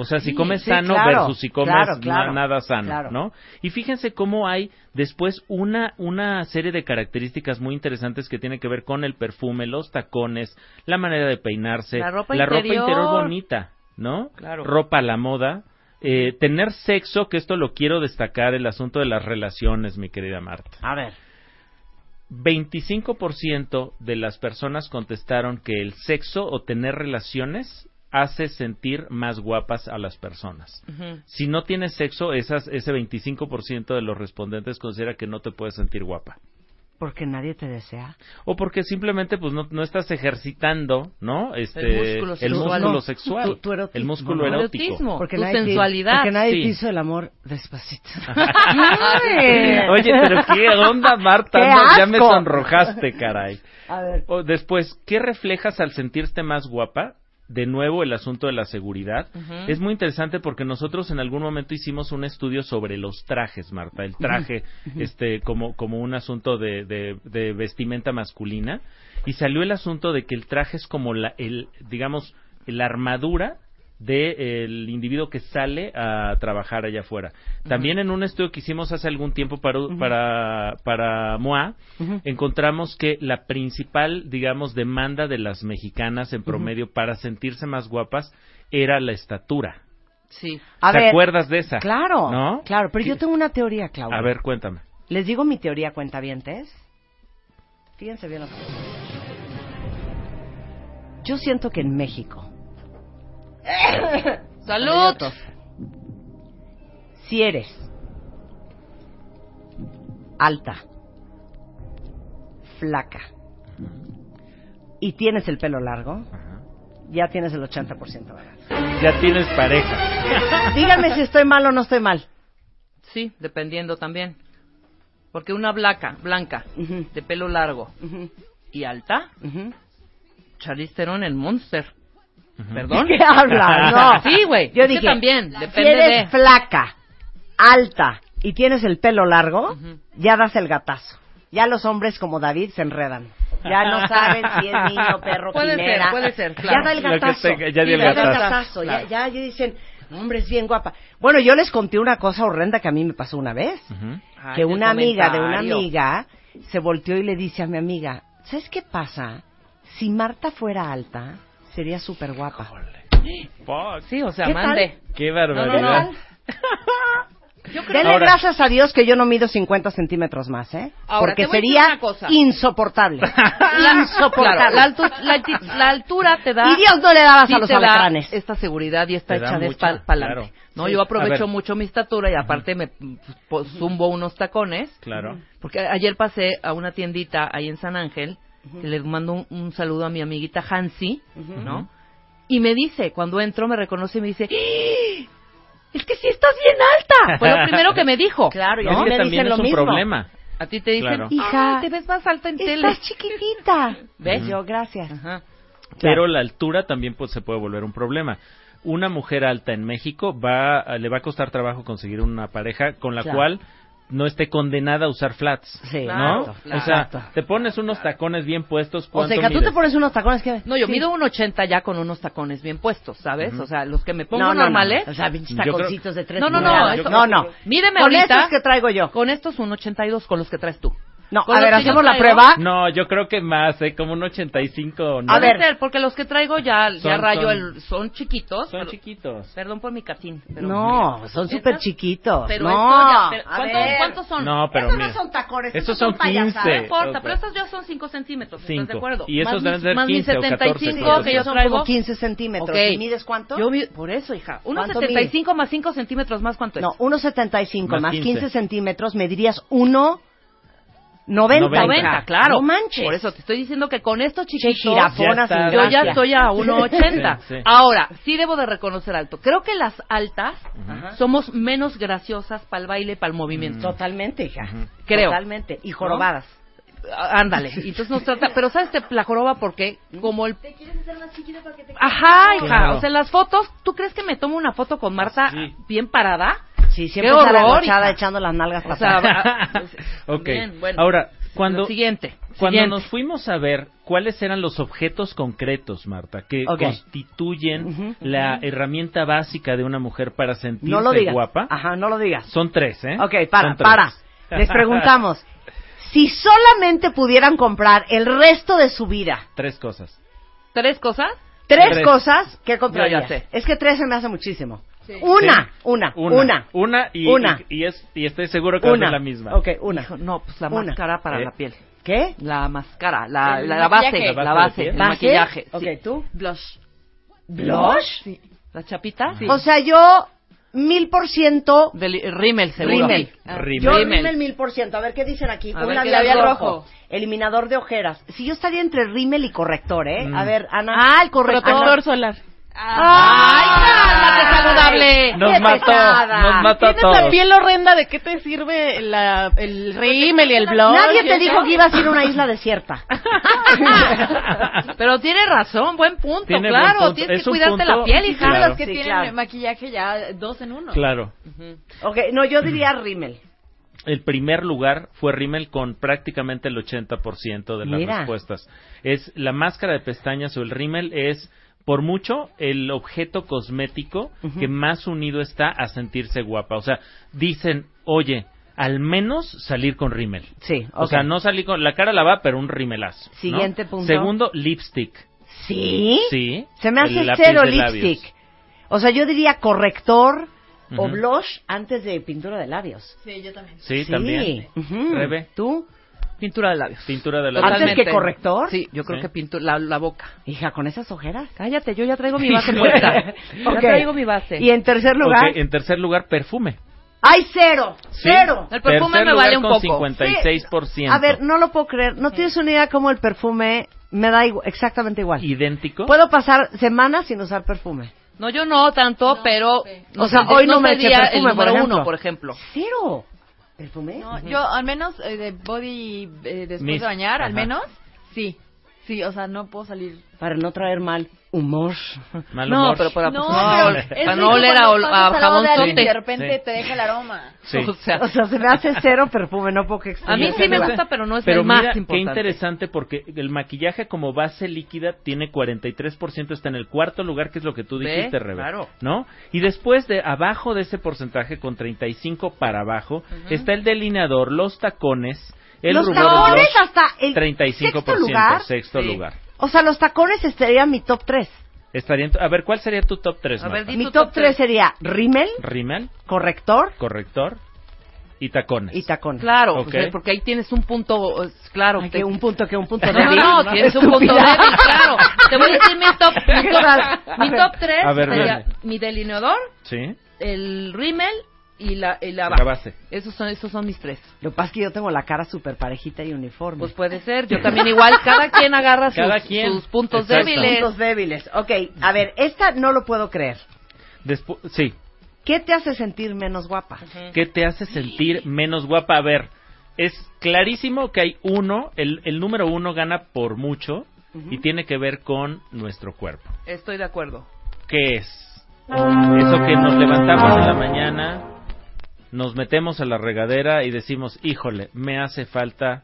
[SPEAKER 3] O sea, si
[SPEAKER 4] Sí,
[SPEAKER 3] comes
[SPEAKER 1] sí,
[SPEAKER 3] sano
[SPEAKER 1] claro,
[SPEAKER 3] versus si comes
[SPEAKER 1] claro, claro,
[SPEAKER 3] na- nada sano,
[SPEAKER 1] claro.
[SPEAKER 3] ¿no? Y fíjense cómo hay después una, una serie de características muy interesantes que tienen que ver con el perfume, los tacones, la manera de peinarse,
[SPEAKER 4] La ropa
[SPEAKER 3] ropa
[SPEAKER 4] interior.
[SPEAKER 3] interior bonita, ¿no?
[SPEAKER 4] Claro.
[SPEAKER 3] Ropa a la moda. eh, tener sexo, que esto lo quiero destacar, el asunto de las relaciones, mi querida Marta.
[SPEAKER 1] A ver.
[SPEAKER 3] 25% de las personas contestaron que el sexo o tener relaciones hace sentir más guapas a las personas. Si no tienes sexo, esas, ese 25% de los respondentes considera que no te puedes sentir guapa.
[SPEAKER 1] Porque nadie te desea.
[SPEAKER 3] O porque simplemente pues no, no estás ejercitando, ¿no? Este,
[SPEAKER 4] El músculo
[SPEAKER 3] el
[SPEAKER 4] sexual.
[SPEAKER 3] músculo
[SPEAKER 1] No,
[SPEAKER 3] sexual.
[SPEAKER 1] tu- tu erotismo,
[SPEAKER 3] el músculo
[SPEAKER 1] ¿no?
[SPEAKER 3] erótico.
[SPEAKER 4] Erotismo,
[SPEAKER 1] Porque
[SPEAKER 4] tu
[SPEAKER 1] nadie te-
[SPEAKER 4] sensualidad.
[SPEAKER 1] Porque nadie
[SPEAKER 3] sí.
[SPEAKER 1] te hizo el amor despacito.
[SPEAKER 3] [laughs] Oye, pero qué onda, Marta.
[SPEAKER 1] ¡Qué
[SPEAKER 3] No, ya me
[SPEAKER 1] asco!
[SPEAKER 3] sonrojaste, caray.
[SPEAKER 1] A ver.
[SPEAKER 3] O después, ¿qué reflejas al sentirte más guapa? De nuevo, el asunto de la seguridad.
[SPEAKER 4] Ujú.
[SPEAKER 3] Es muy interesante porque nosotros en algún momento hicimos un estudio sobre los trajes, Marta. El traje, este, como, como un asunto de, de- de vestimenta masculina. Y salió el asunto de que el traje es como la, el, digamos, la armadura del individuo que sale a trabajar allá afuera. También en un estudio que hicimos hace algún tiempo para, para, para MOA, encontramos que la principal, digamos, demanda de las mexicanas en promedio para sentirse más guapas era la estatura.
[SPEAKER 4] Sí.
[SPEAKER 1] A
[SPEAKER 3] ¿Te
[SPEAKER 1] ver,
[SPEAKER 3] acuerdas de esa?
[SPEAKER 1] Claro,
[SPEAKER 3] ¿No?
[SPEAKER 1] claro, pero
[SPEAKER 3] ¿Qué?
[SPEAKER 1] yo tengo una teoría, Claudia.
[SPEAKER 3] A ver, cuéntame.
[SPEAKER 1] Les digo mi teoría, cuentavientes. Fíjense bien lo que... Yo siento que en México,
[SPEAKER 4] ¡Salud!
[SPEAKER 1] si eres alta, flaca y tienes el pelo largo, ya tienes el 80% ganado.
[SPEAKER 3] Ya tienes pareja.
[SPEAKER 1] Díganme si estoy mal o no estoy mal.
[SPEAKER 4] Sí, dependiendo también. Porque una blanca, blanca,
[SPEAKER 1] Ujú.
[SPEAKER 4] de pelo largo
[SPEAKER 1] Ujú,
[SPEAKER 4] y alta,
[SPEAKER 1] ujú.
[SPEAKER 4] Charlize Theron en Monster.
[SPEAKER 1] [laughs]
[SPEAKER 4] ¿Perdón?
[SPEAKER 1] ¿Qué
[SPEAKER 4] [laughs]
[SPEAKER 1] hablas? No.
[SPEAKER 4] Sí, güey.
[SPEAKER 1] Yo
[SPEAKER 4] es que
[SPEAKER 1] dije,
[SPEAKER 4] también,
[SPEAKER 1] si
[SPEAKER 4] depende
[SPEAKER 1] eres
[SPEAKER 4] de...
[SPEAKER 1] flaca, alta y tienes el pelo largo, ya das el gatazo. Ya los hombres como David se enredan. Ya no saben si es
[SPEAKER 4] [laughs]
[SPEAKER 1] niño, perro,
[SPEAKER 4] Puede ser,
[SPEAKER 1] quimera.
[SPEAKER 4] puede ser, claro.
[SPEAKER 1] Ya da el
[SPEAKER 3] Lo que
[SPEAKER 1] gatazo.
[SPEAKER 3] tenga, ya
[SPEAKER 1] Sí,
[SPEAKER 3] dio el
[SPEAKER 1] da
[SPEAKER 3] gatazo.
[SPEAKER 1] Ya-
[SPEAKER 4] Claro.
[SPEAKER 1] Ya, ya dicen, hombre, es bien guapa. Bueno, yo les conté una cosa horrenda que a mí me pasó una vez
[SPEAKER 3] Ujú.
[SPEAKER 4] Ay,
[SPEAKER 1] que
[SPEAKER 4] qué
[SPEAKER 1] una amiga de una
[SPEAKER 4] comentario.
[SPEAKER 1] amiga se volteó y le dice a mi amiga, ¿sabes qué pasa? Si Marta fuera alta, sería súper guapa.
[SPEAKER 3] Fuck.
[SPEAKER 4] Sí, o sea,
[SPEAKER 1] ¿Qué tal?
[SPEAKER 4] mande.
[SPEAKER 3] Qué barbaridad.
[SPEAKER 4] [laughs] No, no,
[SPEAKER 1] Dele
[SPEAKER 3] Ahora-
[SPEAKER 1] gracias a Dios que yo no mido 50 centímetros más, ¿eh?
[SPEAKER 4] Ahora,
[SPEAKER 1] Porque
[SPEAKER 4] te voy a decir
[SPEAKER 1] sería
[SPEAKER 4] una cosa.
[SPEAKER 1] insoportable. insoportable.
[SPEAKER 4] [laughs] Claro, la, altu- la alti- la altura te
[SPEAKER 1] [laughs]
[SPEAKER 4] da...
[SPEAKER 1] Y Dios no le dabas
[SPEAKER 4] sí
[SPEAKER 1] a los
[SPEAKER 4] te da
[SPEAKER 1] alacranes.
[SPEAKER 4] esta seguridad y está
[SPEAKER 3] Te da
[SPEAKER 4] hecha de
[SPEAKER 3] mucho,
[SPEAKER 4] espalda
[SPEAKER 3] claro.
[SPEAKER 4] No,
[SPEAKER 3] Sí.
[SPEAKER 4] yo
[SPEAKER 3] A ver.
[SPEAKER 4] aprovecho mucho mi estatura y aparte me pues, po- zumbo unos tacones.
[SPEAKER 3] Claro.
[SPEAKER 4] Porque a- ayer pasé a una tiendita ahí en San Ángel, que le mando un, un saludo a mi amiguita Hansi, ¿no? Y me dice, cuando entro me reconoce y me dice, "¡Ah! es que sí estás bien alta. Fue lo primero que me dijo.
[SPEAKER 1] Claro, y
[SPEAKER 3] Es
[SPEAKER 1] a mí
[SPEAKER 3] que
[SPEAKER 1] me
[SPEAKER 3] también
[SPEAKER 1] dicen
[SPEAKER 3] es
[SPEAKER 1] lo
[SPEAKER 3] un
[SPEAKER 1] mismo.
[SPEAKER 3] problema.
[SPEAKER 4] A ti te dicen,
[SPEAKER 3] Claro.
[SPEAKER 4] hija,
[SPEAKER 1] Hija,
[SPEAKER 4] te ves más alta en tele.
[SPEAKER 1] Estás chiquitita. ¿Ves? Yo, gracias.
[SPEAKER 4] Ajá.
[SPEAKER 3] pero la altura también pues, se puede volver un problema. ah, Una mujer alta en México va, le va a costar trabajo conseguir una pareja con la
[SPEAKER 1] Claro.
[SPEAKER 3] cual no esté condenada a usar flats.
[SPEAKER 1] Sí,
[SPEAKER 3] ¿No?
[SPEAKER 1] claro,
[SPEAKER 3] o sea,
[SPEAKER 1] claro.
[SPEAKER 3] te pones unos tacones bien puestos.
[SPEAKER 1] O
[SPEAKER 3] ¿cuánto
[SPEAKER 1] sea, hija, tú
[SPEAKER 3] mides?
[SPEAKER 1] te pones unos tacones que...
[SPEAKER 4] No, yo mido un 80 ya con unos tacones bien puestos, ¿sabes? O sea, los que me pongo
[SPEAKER 1] No, no,
[SPEAKER 4] normales.
[SPEAKER 1] no. O sea, pinches
[SPEAKER 3] Yo creo-
[SPEAKER 1] taconcitos de tres
[SPEAKER 4] No, no, no,
[SPEAKER 1] pulgadas.
[SPEAKER 4] esto-
[SPEAKER 1] No, no.
[SPEAKER 4] Míreme
[SPEAKER 1] Con
[SPEAKER 4] ahorita.
[SPEAKER 1] estos que traigo yo.
[SPEAKER 4] [laughs] Con estos un 82 con los que traes tú.
[SPEAKER 1] No,
[SPEAKER 4] Con
[SPEAKER 1] a
[SPEAKER 4] los
[SPEAKER 1] ver,
[SPEAKER 4] que yo
[SPEAKER 1] hacemos la
[SPEAKER 4] traigo.
[SPEAKER 1] prueba.
[SPEAKER 3] No, yo creo que más, ¿eh? Como un 85 o no.
[SPEAKER 1] A ver.
[SPEAKER 4] Puede ser, porque los que traigo ya, ya
[SPEAKER 3] Son-
[SPEAKER 4] rayo
[SPEAKER 3] son-
[SPEAKER 4] el... Son chiquitos.
[SPEAKER 3] Son
[SPEAKER 4] pero-
[SPEAKER 3] chiquitos.
[SPEAKER 1] [laughs]
[SPEAKER 4] Perdón por mi catín. pero-
[SPEAKER 1] No, son
[SPEAKER 4] Estas-
[SPEAKER 1] súper chiquitos.
[SPEAKER 4] Pero esto ya-
[SPEAKER 1] no,
[SPEAKER 4] pero-
[SPEAKER 1] a
[SPEAKER 4] ¿cuántos,
[SPEAKER 1] ver.
[SPEAKER 4] ¿Cuántos son?
[SPEAKER 3] No, pero
[SPEAKER 1] Esos no
[SPEAKER 3] mira.
[SPEAKER 1] son tacones.
[SPEAKER 3] Estos
[SPEAKER 1] esos
[SPEAKER 3] son
[SPEAKER 1] payasadas.
[SPEAKER 3] 15.
[SPEAKER 4] No importa,
[SPEAKER 3] Ok.
[SPEAKER 4] pero estos ya son 5 centímetros, ¿estás
[SPEAKER 3] Cinco.
[SPEAKER 4] de acuerdo?
[SPEAKER 3] Y esos
[SPEAKER 4] más
[SPEAKER 3] deben
[SPEAKER 4] mis-
[SPEAKER 3] ser
[SPEAKER 4] más mis
[SPEAKER 3] 15 o 14,
[SPEAKER 4] 75 que yo
[SPEAKER 3] creo.
[SPEAKER 1] Son
[SPEAKER 4] traigo.
[SPEAKER 1] como 15 centímetros.
[SPEAKER 4] Ok.
[SPEAKER 1] ¿Y mides cuánto?
[SPEAKER 4] Yo mi- por eso, hija.
[SPEAKER 1] ¿Cuánto
[SPEAKER 4] 1.75 más 5 centímetros más, ¿cuánto es?
[SPEAKER 1] No, 1,75 más,
[SPEAKER 3] Más
[SPEAKER 1] 15.
[SPEAKER 3] 15
[SPEAKER 1] centímetros, medirías 1,90. 90,
[SPEAKER 4] 90, claro.
[SPEAKER 1] No manches.
[SPEAKER 4] Por eso te estoy diciendo que con estos
[SPEAKER 1] Che,
[SPEAKER 4] chiquitos
[SPEAKER 1] jirafona
[SPEAKER 3] Ya está,
[SPEAKER 1] sin
[SPEAKER 4] yo ya
[SPEAKER 1] gracia.
[SPEAKER 4] estoy a 1.80.
[SPEAKER 3] Sí, sí.
[SPEAKER 4] Ahora, sí debo de reconocer alto. Creo que las altas
[SPEAKER 1] Ajá.
[SPEAKER 4] somos menos graciosas para el baile, para el movimiento.
[SPEAKER 1] Totalmente, hija.
[SPEAKER 4] Creo.
[SPEAKER 1] Totalmente. Y jorobadas.
[SPEAKER 3] Mm.
[SPEAKER 4] Ah, Ándale. Y Entonces nos trata, pero sabes te- la joroba porque
[SPEAKER 1] Mm.
[SPEAKER 4] como el
[SPEAKER 5] Te quieres hacer más chiquita para que te
[SPEAKER 4] Ajá, hija,
[SPEAKER 3] Claro.
[SPEAKER 4] o sea, las fotos, ¿tú crees que me tomo una foto con Marta
[SPEAKER 3] Sí.
[SPEAKER 4] bien parada?
[SPEAKER 1] Sí, siempre
[SPEAKER 4] Qué
[SPEAKER 1] está la
[SPEAKER 4] horror,
[SPEAKER 1] agachada
[SPEAKER 4] hija.
[SPEAKER 1] echando las nalgas
[SPEAKER 4] O
[SPEAKER 1] para
[SPEAKER 4] sea,
[SPEAKER 1] atrás.
[SPEAKER 3] [laughs]
[SPEAKER 4] va-
[SPEAKER 3] ok.
[SPEAKER 4] Bien, bueno.
[SPEAKER 3] Ahora, cuando,
[SPEAKER 4] Lo siguiente,
[SPEAKER 3] cuando
[SPEAKER 4] siguiente.
[SPEAKER 3] nos fuimos a ver cuáles eran los objetos concretos, Marta, que
[SPEAKER 1] Ok.
[SPEAKER 3] constituyen
[SPEAKER 1] Ujú,
[SPEAKER 3] la herramienta básica de una mujer para sentirse
[SPEAKER 1] No lo digas.
[SPEAKER 3] guapa,
[SPEAKER 1] Ajá, no lo digas.
[SPEAKER 3] son tres, ¿eh?
[SPEAKER 1] Ok, para,
[SPEAKER 3] Son tres. [laughs]
[SPEAKER 1] para. Les preguntamos, si solamente pudieran comprar el resto de su vida,
[SPEAKER 3] tres cosas.
[SPEAKER 4] ¿Tres cosas?
[SPEAKER 1] tres,
[SPEAKER 3] Tres.
[SPEAKER 1] cosas, ¿qué comprarías?
[SPEAKER 4] sé.
[SPEAKER 1] Es que tres se me hace muchísimo. Una,
[SPEAKER 3] Sí.
[SPEAKER 1] una, Ah, una,
[SPEAKER 3] Una y,
[SPEAKER 1] Una.
[SPEAKER 3] y, y es, y estoy seguro que va a ser
[SPEAKER 1] una.
[SPEAKER 3] la misma.
[SPEAKER 1] Ok, [laughs] una.
[SPEAKER 4] Hijo, No, pues la
[SPEAKER 1] Una.
[SPEAKER 4] máscara para
[SPEAKER 3] ¿Eh?
[SPEAKER 4] la piel.
[SPEAKER 1] ¿Qué?
[SPEAKER 4] La máscara, la,
[SPEAKER 5] El
[SPEAKER 4] la, la base,
[SPEAKER 5] maquillaje.
[SPEAKER 4] la
[SPEAKER 3] ¿La base
[SPEAKER 4] base,
[SPEAKER 3] de
[SPEAKER 4] el
[SPEAKER 3] piel?
[SPEAKER 1] ¿Base?
[SPEAKER 4] maquillaje. sí.
[SPEAKER 1] Ok, ¿tú?
[SPEAKER 4] Blush.
[SPEAKER 1] ¿Blush? Ah.
[SPEAKER 5] Sí.
[SPEAKER 4] ¿La chapita? Sí.
[SPEAKER 1] O sea, yo mil por ciento...
[SPEAKER 4] Del- rímel, seguro.
[SPEAKER 1] Rímel.
[SPEAKER 3] Rímel.
[SPEAKER 1] Yo
[SPEAKER 4] Rímel.
[SPEAKER 1] rímel mil por ciento. A ver qué dicen aquí.
[SPEAKER 4] A
[SPEAKER 1] Un
[SPEAKER 4] ver, ¿qué
[SPEAKER 1] labial
[SPEAKER 4] labial
[SPEAKER 1] rojo.
[SPEAKER 4] rojo?
[SPEAKER 1] Eliminador de ojeras. Si yo estaría entre rímel y corrector, ¿eh?
[SPEAKER 3] Mm.
[SPEAKER 1] A ver, Ana. Ah, el
[SPEAKER 4] Protector solar. Ah.
[SPEAKER 1] ¡Ay,
[SPEAKER 4] cálmate, saludable!
[SPEAKER 3] Nos
[SPEAKER 1] ¡Qué
[SPEAKER 3] mató,
[SPEAKER 1] pesada!
[SPEAKER 3] nos mató a
[SPEAKER 7] Tienes la
[SPEAKER 3] todos.
[SPEAKER 7] piel horrenda de qué te sirve la, el rímel y el blog.
[SPEAKER 1] Nadie te dijo que ibas a ir a una isla desierta.
[SPEAKER 4] Ah. Pero tiene razón, buen punto,
[SPEAKER 3] Tiene buen
[SPEAKER 4] claro.
[SPEAKER 3] punto.
[SPEAKER 4] Tienes
[SPEAKER 3] Es
[SPEAKER 4] que
[SPEAKER 3] un
[SPEAKER 4] cuidarte
[SPEAKER 3] punto-
[SPEAKER 4] la piel,
[SPEAKER 5] Y
[SPEAKER 4] hija.
[SPEAKER 5] son de
[SPEAKER 3] Claro.
[SPEAKER 5] los que
[SPEAKER 1] Sí,
[SPEAKER 5] tienen
[SPEAKER 1] claro.
[SPEAKER 5] maquillaje ya dos en
[SPEAKER 3] [laughs]
[SPEAKER 5] uno.
[SPEAKER 3] Claro.
[SPEAKER 1] Ok, no, yo diría rímel.
[SPEAKER 3] El primer lugar fue Rimmel con prácticamente el 80% de las
[SPEAKER 1] Mira.
[SPEAKER 3] respuestas. Es la máscara de pestañas o el Rimmel es por mucho el objeto cosmético
[SPEAKER 1] Ujú.
[SPEAKER 3] que más unido está a sentirse guapa. O sea, dicen, oye, al menos salir con Rimmel.
[SPEAKER 1] Sí,
[SPEAKER 3] O sea, no salir con la cara la va, pero un rimelazo. ¿no?
[SPEAKER 1] Siguiente punto.
[SPEAKER 3] Segundo, lipstick.
[SPEAKER 1] ¿Sí?
[SPEAKER 3] Sí.
[SPEAKER 1] Se me
[SPEAKER 3] el
[SPEAKER 1] hace
[SPEAKER 3] lápiz
[SPEAKER 1] cero
[SPEAKER 3] de labios.
[SPEAKER 1] lipstick. O sea, yo diría corrector o
[SPEAKER 3] Ujú.
[SPEAKER 1] blush antes de pintura de labios.
[SPEAKER 5] Sí, yo también.
[SPEAKER 3] Sí, también.
[SPEAKER 1] Ujú.
[SPEAKER 3] Rebe.
[SPEAKER 1] ¿Tú,
[SPEAKER 4] Pintura de labios.
[SPEAKER 3] Pintura de
[SPEAKER 1] Antes
[SPEAKER 3] labios.
[SPEAKER 4] Totalmente.
[SPEAKER 1] que corrector.
[SPEAKER 4] Sí, yo creo
[SPEAKER 3] Sí.
[SPEAKER 4] que pintura, la, la boca.
[SPEAKER 1] hija, con esas ojeras.
[SPEAKER 4] Cállate, yo ya traigo [laughs] mi base
[SPEAKER 1] [laughs]
[SPEAKER 4] puesta.
[SPEAKER 1] Ok.
[SPEAKER 4] Ya traigo mi base.
[SPEAKER 1] Y en tercer lugar,
[SPEAKER 3] Ok, en tercer lugar, perfume.
[SPEAKER 1] ¡ay, cero!
[SPEAKER 3] Sí.
[SPEAKER 1] ¡Cero!
[SPEAKER 4] El perfume
[SPEAKER 3] Tercer
[SPEAKER 4] me
[SPEAKER 3] lugar
[SPEAKER 4] vale un
[SPEAKER 3] con
[SPEAKER 4] poco.
[SPEAKER 3] 56%.
[SPEAKER 1] A ver, no lo puedo creer. No tienes una idea cómo el perfume me da igu- exactamente igual.
[SPEAKER 3] idéntico.
[SPEAKER 1] Puedo pasar semanas sin usar perfume.
[SPEAKER 4] No, yo no tanto,
[SPEAKER 5] No,
[SPEAKER 4] pero...
[SPEAKER 5] sí.
[SPEAKER 1] O sea, hoy no me eché
[SPEAKER 4] sería
[SPEAKER 1] perfume,
[SPEAKER 4] el
[SPEAKER 1] por
[SPEAKER 4] número
[SPEAKER 1] ejemplo.
[SPEAKER 4] uno, por ejemplo.
[SPEAKER 1] ¡Cero! ¿Perfume?
[SPEAKER 5] No, yo al menos eh, de body eh, después
[SPEAKER 3] Mist,
[SPEAKER 5] de bañar, al
[SPEAKER 3] ajá.
[SPEAKER 5] menos, sí. Sí, o sea, no puedo salir.
[SPEAKER 1] Para no traer mal
[SPEAKER 4] [laughs]
[SPEAKER 1] humor.
[SPEAKER 3] Mal
[SPEAKER 4] No,
[SPEAKER 3] humor.
[SPEAKER 4] pero para,
[SPEAKER 5] no,
[SPEAKER 3] no,
[SPEAKER 4] para,
[SPEAKER 5] pero es
[SPEAKER 4] no
[SPEAKER 5] rico
[SPEAKER 4] oler a,
[SPEAKER 5] cuando
[SPEAKER 4] ol-
[SPEAKER 5] pasas
[SPEAKER 4] a
[SPEAKER 5] al lado de alguien
[SPEAKER 4] jabonzote.
[SPEAKER 5] y de repente
[SPEAKER 3] Sí.
[SPEAKER 5] te deja el aroma.
[SPEAKER 3] Sí.
[SPEAKER 4] O sea,
[SPEAKER 1] O sea, se me hace cero perfume, no puedo que
[SPEAKER 4] A mí sí me gusta, pero no es
[SPEAKER 3] Pero
[SPEAKER 4] el
[SPEAKER 3] mira,
[SPEAKER 4] más
[SPEAKER 3] qué
[SPEAKER 4] importante.
[SPEAKER 3] interesante porque el maquillaje como base líquida tiene 43%, está en el cuarto lugar, que es lo que tú
[SPEAKER 4] Ve,
[SPEAKER 3] dijiste, Rebe,
[SPEAKER 4] claro.
[SPEAKER 3] ¿no? Y después de abajo de ese porcentaje, con 35 para abajo, está el delineador, los tacones, el
[SPEAKER 1] los
[SPEAKER 3] rubor
[SPEAKER 1] tacones
[SPEAKER 3] blush,
[SPEAKER 1] hasta el
[SPEAKER 3] 35%,
[SPEAKER 1] sexto lugar.
[SPEAKER 3] sexto
[SPEAKER 4] Sí.
[SPEAKER 3] lugar.
[SPEAKER 1] O sea, los tacones estaría en mi top 3.
[SPEAKER 3] Estaría en tu- a ver, ¿cuál sería tu top 3,
[SPEAKER 4] A ver, di-
[SPEAKER 1] Mi
[SPEAKER 4] tu
[SPEAKER 1] top,
[SPEAKER 4] top
[SPEAKER 1] 3
[SPEAKER 4] tres?
[SPEAKER 1] sería rímel,
[SPEAKER 3] Rimmel,
[SPEAKER 1] corrector
[SPEAKER 3] corrector y tacones.
[SPEAKER 1] y tacones.
[SPEAKER 4] Claro,
[SPEAKER 3] Ok.
[SPEAKER 4] o sea, porque ahí tienes un punto, eh, claro.
[SPEAKER 1] Ay,
[SPEAKER 4] te-
[SPEAKER 1] que un punto, que un punto
[SPEAKER 4] No,
[SPEAKER 1] débil.
[SPEAKER 4] no, no, tienes un punto
[SPEAKER 1] Estúpida.
[SPEAKER 4] débil, claro. Te voy a decir mi top, mi
[SPEAKER 5] [laughs]
[SPEAKER 4] top, mi top tres
[SPEAKER 3] A ver,
[SPEAKER 4] sería
[SPEAKER 3] dale.
[SPEAKER 4] mi delineador,
[SPEAKER 3] Sí,
[SPEAKER 4] el rímel y la, y la
[SPEAKER 3] la
[SPEAKER 4] base.
[SPEAKER 3] base.
[SPEAKER 4] Esos son, esos son mis tres.
[SPEAKER 1] Lo que pasa es que yo tengo la cara súper parejita y uniforme.
[SPEAKER 4] Pues puede ser, yo también igual, cada quien agarra
[SPEAKER 3] Cada
[SPEAKER 4] sus,
[SPEAKER 3] quien.
[SPEAKER 4] sus puntos
[SPEAKER 3] Exacto.
[SPEAKER 4] pues, débiles.
[SPEAKER 1] puntos débiles. Ok, a ver, esta no lo puedo creer.
[SPEAKER 3] Despu- sí,
[SPEAKER 1] ¿Qué te hace sentir menos guapa?
[SPEAKER 3] ¿Qué te hace sentir menos guapa? A ver, es clarísimo que hay uno, el, el número uno gana por mucho y tiene que ver con nuestro cuerpo.
[SPEAKER 4] Estoy de acuerdo. Ah.
[SPEAKER 3] ¿Qué es? Eso que nos levantamos en la mañana, nos metemos a la regadera y decimos, híjole, me hace falta...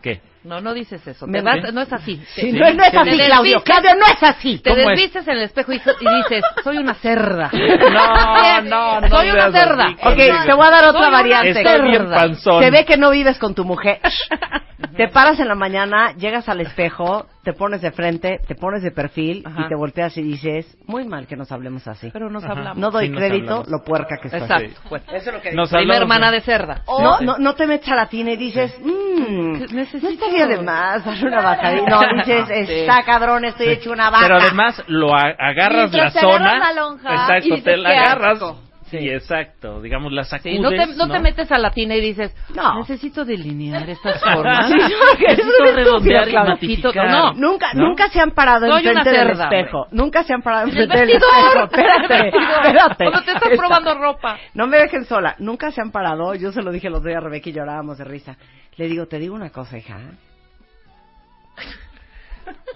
[SPEAKER 3] ¿Qué?
[SPEAKER 4] No, no dices eso.
[SPEAKER 1] Me
[SPEAKER 4] Te vas-
[SPEAKER 1] vas-
[SPEAKER 4] no es así.
[SPEAKER 1] Sí,
[SPEAKER 4] Te-
[SPEAKER 1] no, no es
[SPEAKER 4] te
[SPEAKER 1] así,
[SPEAKER 4] desvistes-
[SPEAKER 1] Claudio. Claudio, no es así.
[SPEAKER 4] Te
[SPEAKER 3] ¿Cómo es?
[SPEAKER 4] desvistes en el espejo y, y dices, soy una cerda.
[SPEAKER 3] No, [laughs] no, no
[SPEAKER 4] Soy una
[SPEAKER 3] seas así
[SPEAKER 4] cerda.
[SPEAKER 3] conmigo.
[SPEAKER 1] Ok, te voy a dar otra
[SPEAKER 4] Soy una
[SPEAKER 1] variante.
[SPEAKER 3] Estoy bien
[SPEAKER 4] cerda.
[SPEAKER 3] panzón.
[SPEAKER 1] Se ve que no vives con tu mujer. te paras en la mañana, llegas al espejo, te pones de frente, te pones de perfil
[SPEAKER 4] Ajá.
[SPEAKER 1] y te volteas y dices, muy mal que nos hablemos así.
[SPEAKER 4] Pero nos hablamos.
[SPEAKER 1] no doy
[SPEAKER 3] sí nos
[SPEAKER 1] crédito
[SPEAKER 3] hablamos.
[SPEAKER 1] lo puerca que soy.
[SPEAKER 4] Exacto. Pues,
[SPEAKER 1] Eso es lo que
[SPEAKER 3] Nos
[SPEAKER 4] Prima
[SPEAKER 3] hablamos,
[SPEAKER 4] hermana
[SPEAKER 3] ¿no?
[SPEAKER 4] de cerda.
[SPEAKER 1] O
[SPEAKER 3] No,
[SPEAKER 1] no,
[SPEAKER 3] sí.
[SPEAKER 1] no te metes a la tina y dices, mmm,
[SPEAKER 4] Que
[SPEAKER 1] no
[SPEAKER 4] necesito-
[SPEAKER 1] estaría de más darle una bajadita.
[SPEAKER 4] [laughs]
[SPEAKER 1] No, dices,
[SPEAKER 4] Sí.
[SPEAKER 1] está cabrón, estoy hecho una vaca.
[SPEAKER 3] Pero además lo a- agarras la
[SPEAKER 5] Mientras te
[SPEAKER 3] zona.
[SPEAKER 5] agarras la lonja
[SPEAKER 3] exacto,
[SPEAKER 5] y dices,
[SPEAKER 3] te la
[SPEAKER 5] "Qué
[SPEAKER 3] agarras.
[SPEAKER 5] asco".
[SPEAKER 3] Sí, exacto. Digamos, la sacudes.
[SPEAKER 4] Sí, no, te, no
[SPEAKER 3] ¿no?
[SPEAKER 4] te metes a la tina y dices,
[SPEAKER 1] No.
[SPEAKER 4] necesito delinear estas formas.
[SPEAKER 3] Sí,
[SPEAKER 4] necesito redondear y
[SPEAKER 3] Claudio.
[SPEAKER 4] matificar.
[SPEAKER 3] Matificar.
[SPEAKER 4] No, no.
[SPEAKER 1] Nunca,
[SPEAKER 3] ¿No?
[SPEAKER 1] nunca se han parado
[SPEAKER 4] Soy una
[SPEAKER 1] enfrente del
[SPEAKER 4] cerda, hombre.
[SPEAKER 1] espejo. Nunca se han parado
[SPEAKER 4] El
[SPEAKER 1] enfrente del espejo.
[SPEAKER 4] vestidor.
[SPEAKER 1] Espérate, espérate.
[SPEAKER 4] Cuando te estás
[SPEAKER 1] Esta-
[SPEAKER 4] probando ropa.
[SPEAKER 1] No me dejen sola. Nunca se han parado. Yo se lo dije el otro día a Rebeca y llorábamos de risa. Le digo, te digo una cosa, hija. ¿eh?"
[SPEAKER 4] [laughs]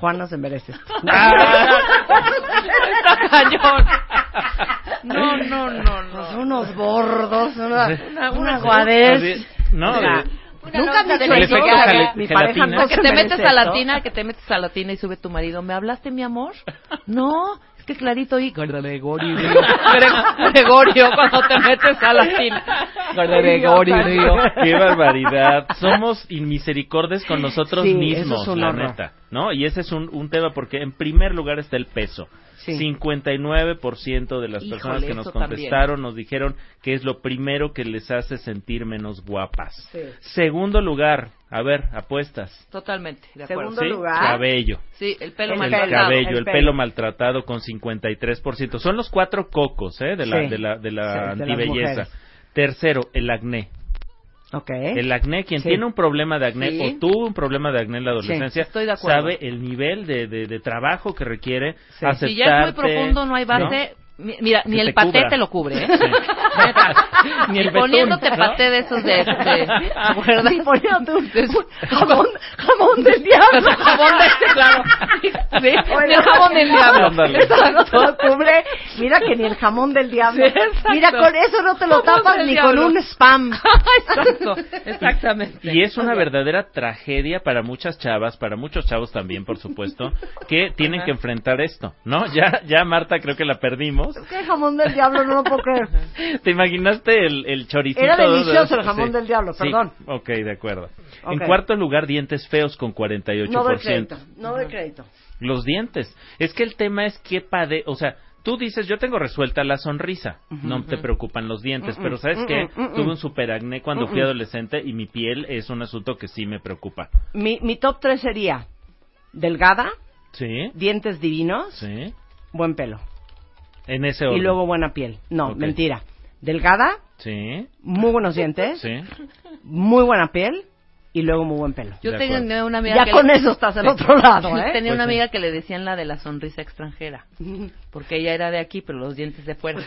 [SPEAKER 1] Juan no se merece
[SPEAKER 4] [laughs]
[SPEAKER 1] esto.
[SPEAKER 4] Ah,
[SPEAKER 3] Ah. [laughs]
[SPEAKER 4] Está cañón. No, no, no,
[SPEAKER 1] Pues
[SPEAKER 4] no.
[SPEAKER 1] unos bordos, una,
[SPEAKER 4] Una-
[SPEAKER 1] una,
[SPEAKER 4] una-
[SPEAKER 1] guadez.
[SPEAKER 3] Así- no, eh,
[SPEAKER 1] Mira,
[SPEAKER 3] de-
[SPEAKER 1] Nunca han dicho
[SPEAKER 3] El
[SPEAKER 1] eso.
[SPEAKER 3] efecto gel-
[SPEAKER 1] Mi pareja
[SPEAKER 3] gelatina.
[SPEAKER 1] no
[SPEAKER 4] Que
[SPEAKER 1] se
[SPEAKER 4] te
[SPEAKER 1] merece
[SPEAKER 4] metes a la
[SPEAKER 1] esto.
[SPEAKER 4] tina, que te metes a la tina y sube tu marido. ¿Me hablaste, mi amor? No, es que clarito y... Gregorio. Gre- Gregorio, cuando te metes a la tina. Gregorio.
[SPEAKER 3] Qué barbaridad. Somos inmisericordes con nosotros
[SPEAKER 1] Sí, eso
[SPEAKER 3] mismos,
[SPEAKER 1] es un
[SPEAKER 3] la
[SPEAKER 1] horror.
[SPEAKER 3] neta, ¿no? Y ese es un, un tema porque en primer lugar está el peso.
[SPEAKER 1] Sí.
[SPEAKER 3] 59% de las
[SPEAKER 4] Híjole,
[SPEAKER 3] personas que nos
[SPEAKER 4] eso también.
[SPEAKER 3] contestaron nos dijeron que es lo primero que les hace sentir menos guapas.
[SPEAKER 1] Sí.
[SPEAKER 3] Segundo lugar, a ver, apuestas.
[SPEAKER 4] Totalmente, de acuerdo.
[SPEAKER 1] Segundo lugar.
[SPEAKER 3] Cabello.
[SPEAKER 4] Sí, el pelo
[SPEAKER 1] El
[SPEAKER 4] mal
[SPEAKER 1] pelo.
[SPEAKER 3] el cabello, el,
[SPEAKER 1] el
[SPEAKER 3] pelo.
[SPEAKER 1] pelo.
[SPEAKER 3] maltratado con 53%. Son los cuatro cocos, ¿eh? De la,
[SPEAKER 1] Sí.
[SPEAKER 3] de la, de la
[SPEAKER 1] Sí, de las
[SPEAKER 3] antibelleza.
[SPEAKER 1] mujeres.
[SPEAKER 3] Tercero, el acné.
[SPEAKER 1] Ok.
[SPEAKER 3] El acné, quien
[SPEAKER 1] Sí.
[SPEAKER 3] tiene un problema de acné
[SPEAKER 4] Sí.
[SPEAKER 3] o tuvo un problema de acné en la adolescencia,
[SPEAKER 4] Sí, estoy de acuerdo.
[SPEAKER 3] sabe el nivel de, de, de trabajo que requiere
[SPEAKER 1] Sí.
[SPEAKER 3] aceptarte.
[SPEAKER 4] Si ya es muy profundo, no hay base. mi- Mira, ni
[SPEAKER 3] Que
[SPEAKER 4] el
[SPEAKER 3] te
[SPEAKER 4] paté
[SPEAKER 3] cubra.
[SPEAKER 4] te lo cubre, ¿eh?
[SPEAKER 3] [laughs] Sí.
[SPEAKER 4] [laughs] Neta.
[SPEAKER 3] Ni el betún,
[SPEAKER 4] poniéndote
[SPEAKER 3] ¿no?
[SPEAKER 4] paté de esos de este. ¿Verdad?
[SPEAKER 1] Sí, poniéndote un-
[SPEAKER 4] un
[SPEAKER 1] Jamón, jamón del
[SPEAKER 3] [laughs]
[SPEAKER 1] diablo.
[SPEAKER 4] jabón de este, claro. Sí,
[SPEAKER 1] Oye,
[SPEAKER 4] del jabón del diablo.
[SPEAKER 3] Ándale.
[SPEAKER 1] Eso [laughs] no te lo cubre. Mira que ni el jamón del diablo.
[SPEAKER 4] Sí, exacto.
[SPEAKER 1] Mira, con eso no te lo
[SPEAKER 4] Jamón
[SPEAKER 1] tapas
[SPEAKER 4] del
[SPEAKER 1] ni
[SPEAKER 4] diablo.
[SPEAKER 1] con un
[SPEAKER 4] [laughs]
[SPEAKER 1] spam.
[SPEAKER 3] [laughs]
[SPEAKER 4] Exacto, exactamente.
[SPEAKER 3] Y es una verdadera tragedia para muchas chavas, para muchos chavos también, por supuesto, que tienen que enfrentar esto, ¿no? Ya, ya Marta creo que la perdimos.
[SPEAKER 1] Es que el jamón del diablo no lo puedo creer.
[SPEAKER 3] ¿Te imaginaste el, el choricito?
[SPEAKER 1] Era delicioso el jamón
[SPEAKER 3] Sí.
[SPEAKER 1] del diablo,
[SPEAKER 3] Sí,
[SPEAKER 1] perdón.
[SPEAKER 3] Ok, de acuerdo. En
[SPEAKER 1] Ok.
[SPEAKER 3] cuarto lugar, dientes feos con 48%.
[SPEAKER 1] No doy crédito. No doy crédito.
[SPEAKER 3] Los dientes. Es que el tema es que pade... O sea, tú dices, yo tengo resuelta la sonrisa. No te preocupan los dientes. Pero ¿sabes
[SPEAKER 1] ujú,
[SPEAKER 3] qué?
[SPEAKER 1] ujú.
[SPEAKER 3] Tuve un superacné cuando fui adolescente y mi piel es un asunto que sí me preocupa.
[SPEAKER 1] Mi, mi top 3 sería delgada,
[SPEAKER 3] ¿Sí?
[SPEAKER 1] dientes divinos,
[SPEAKER 3] ¿Sí?
[SPEAKER 1] buen pelo.
[SPEAKER 3] En ese
[SPEAKER 1] Y
[SPEAKER 3] orden.
[SPEAKER 1] luego buena piel. No,
[SPEAKER 3] Ok.
[SPEAKER 1] mentira. Delgada,
[SPEAKER 3] ¿Sí?
[SPEAKER 1] muy buenos dientes,
[SPEAKER 3] ¿Sí?
[SPEAKER 1] muy buena piel y luego muy buen pelo.
[SPEAKER 4] Yo
[SPEAKER 3] De
[SPEAKER 4] tenía
[SPEAKER 3] acuerdo.
[SPEAKER 4] una amiga
[SPEAKER 1] Ya
[SPEAKER 4] que
[SPEAKER 1] con
[SPEAKER 4] le-
[SPEAKER 1] eso estás al otro lado, ¿eh?
[SPEAKER 4] Tenía
[SPEAKER 3] Pues
[SPEAKER 4] una
[SPEAKER 3] sí.
[SPEAKER 4] amiga que le decían la de la sonrisa extranjera. Porque ella era de aquí, pero los dientes de fuera.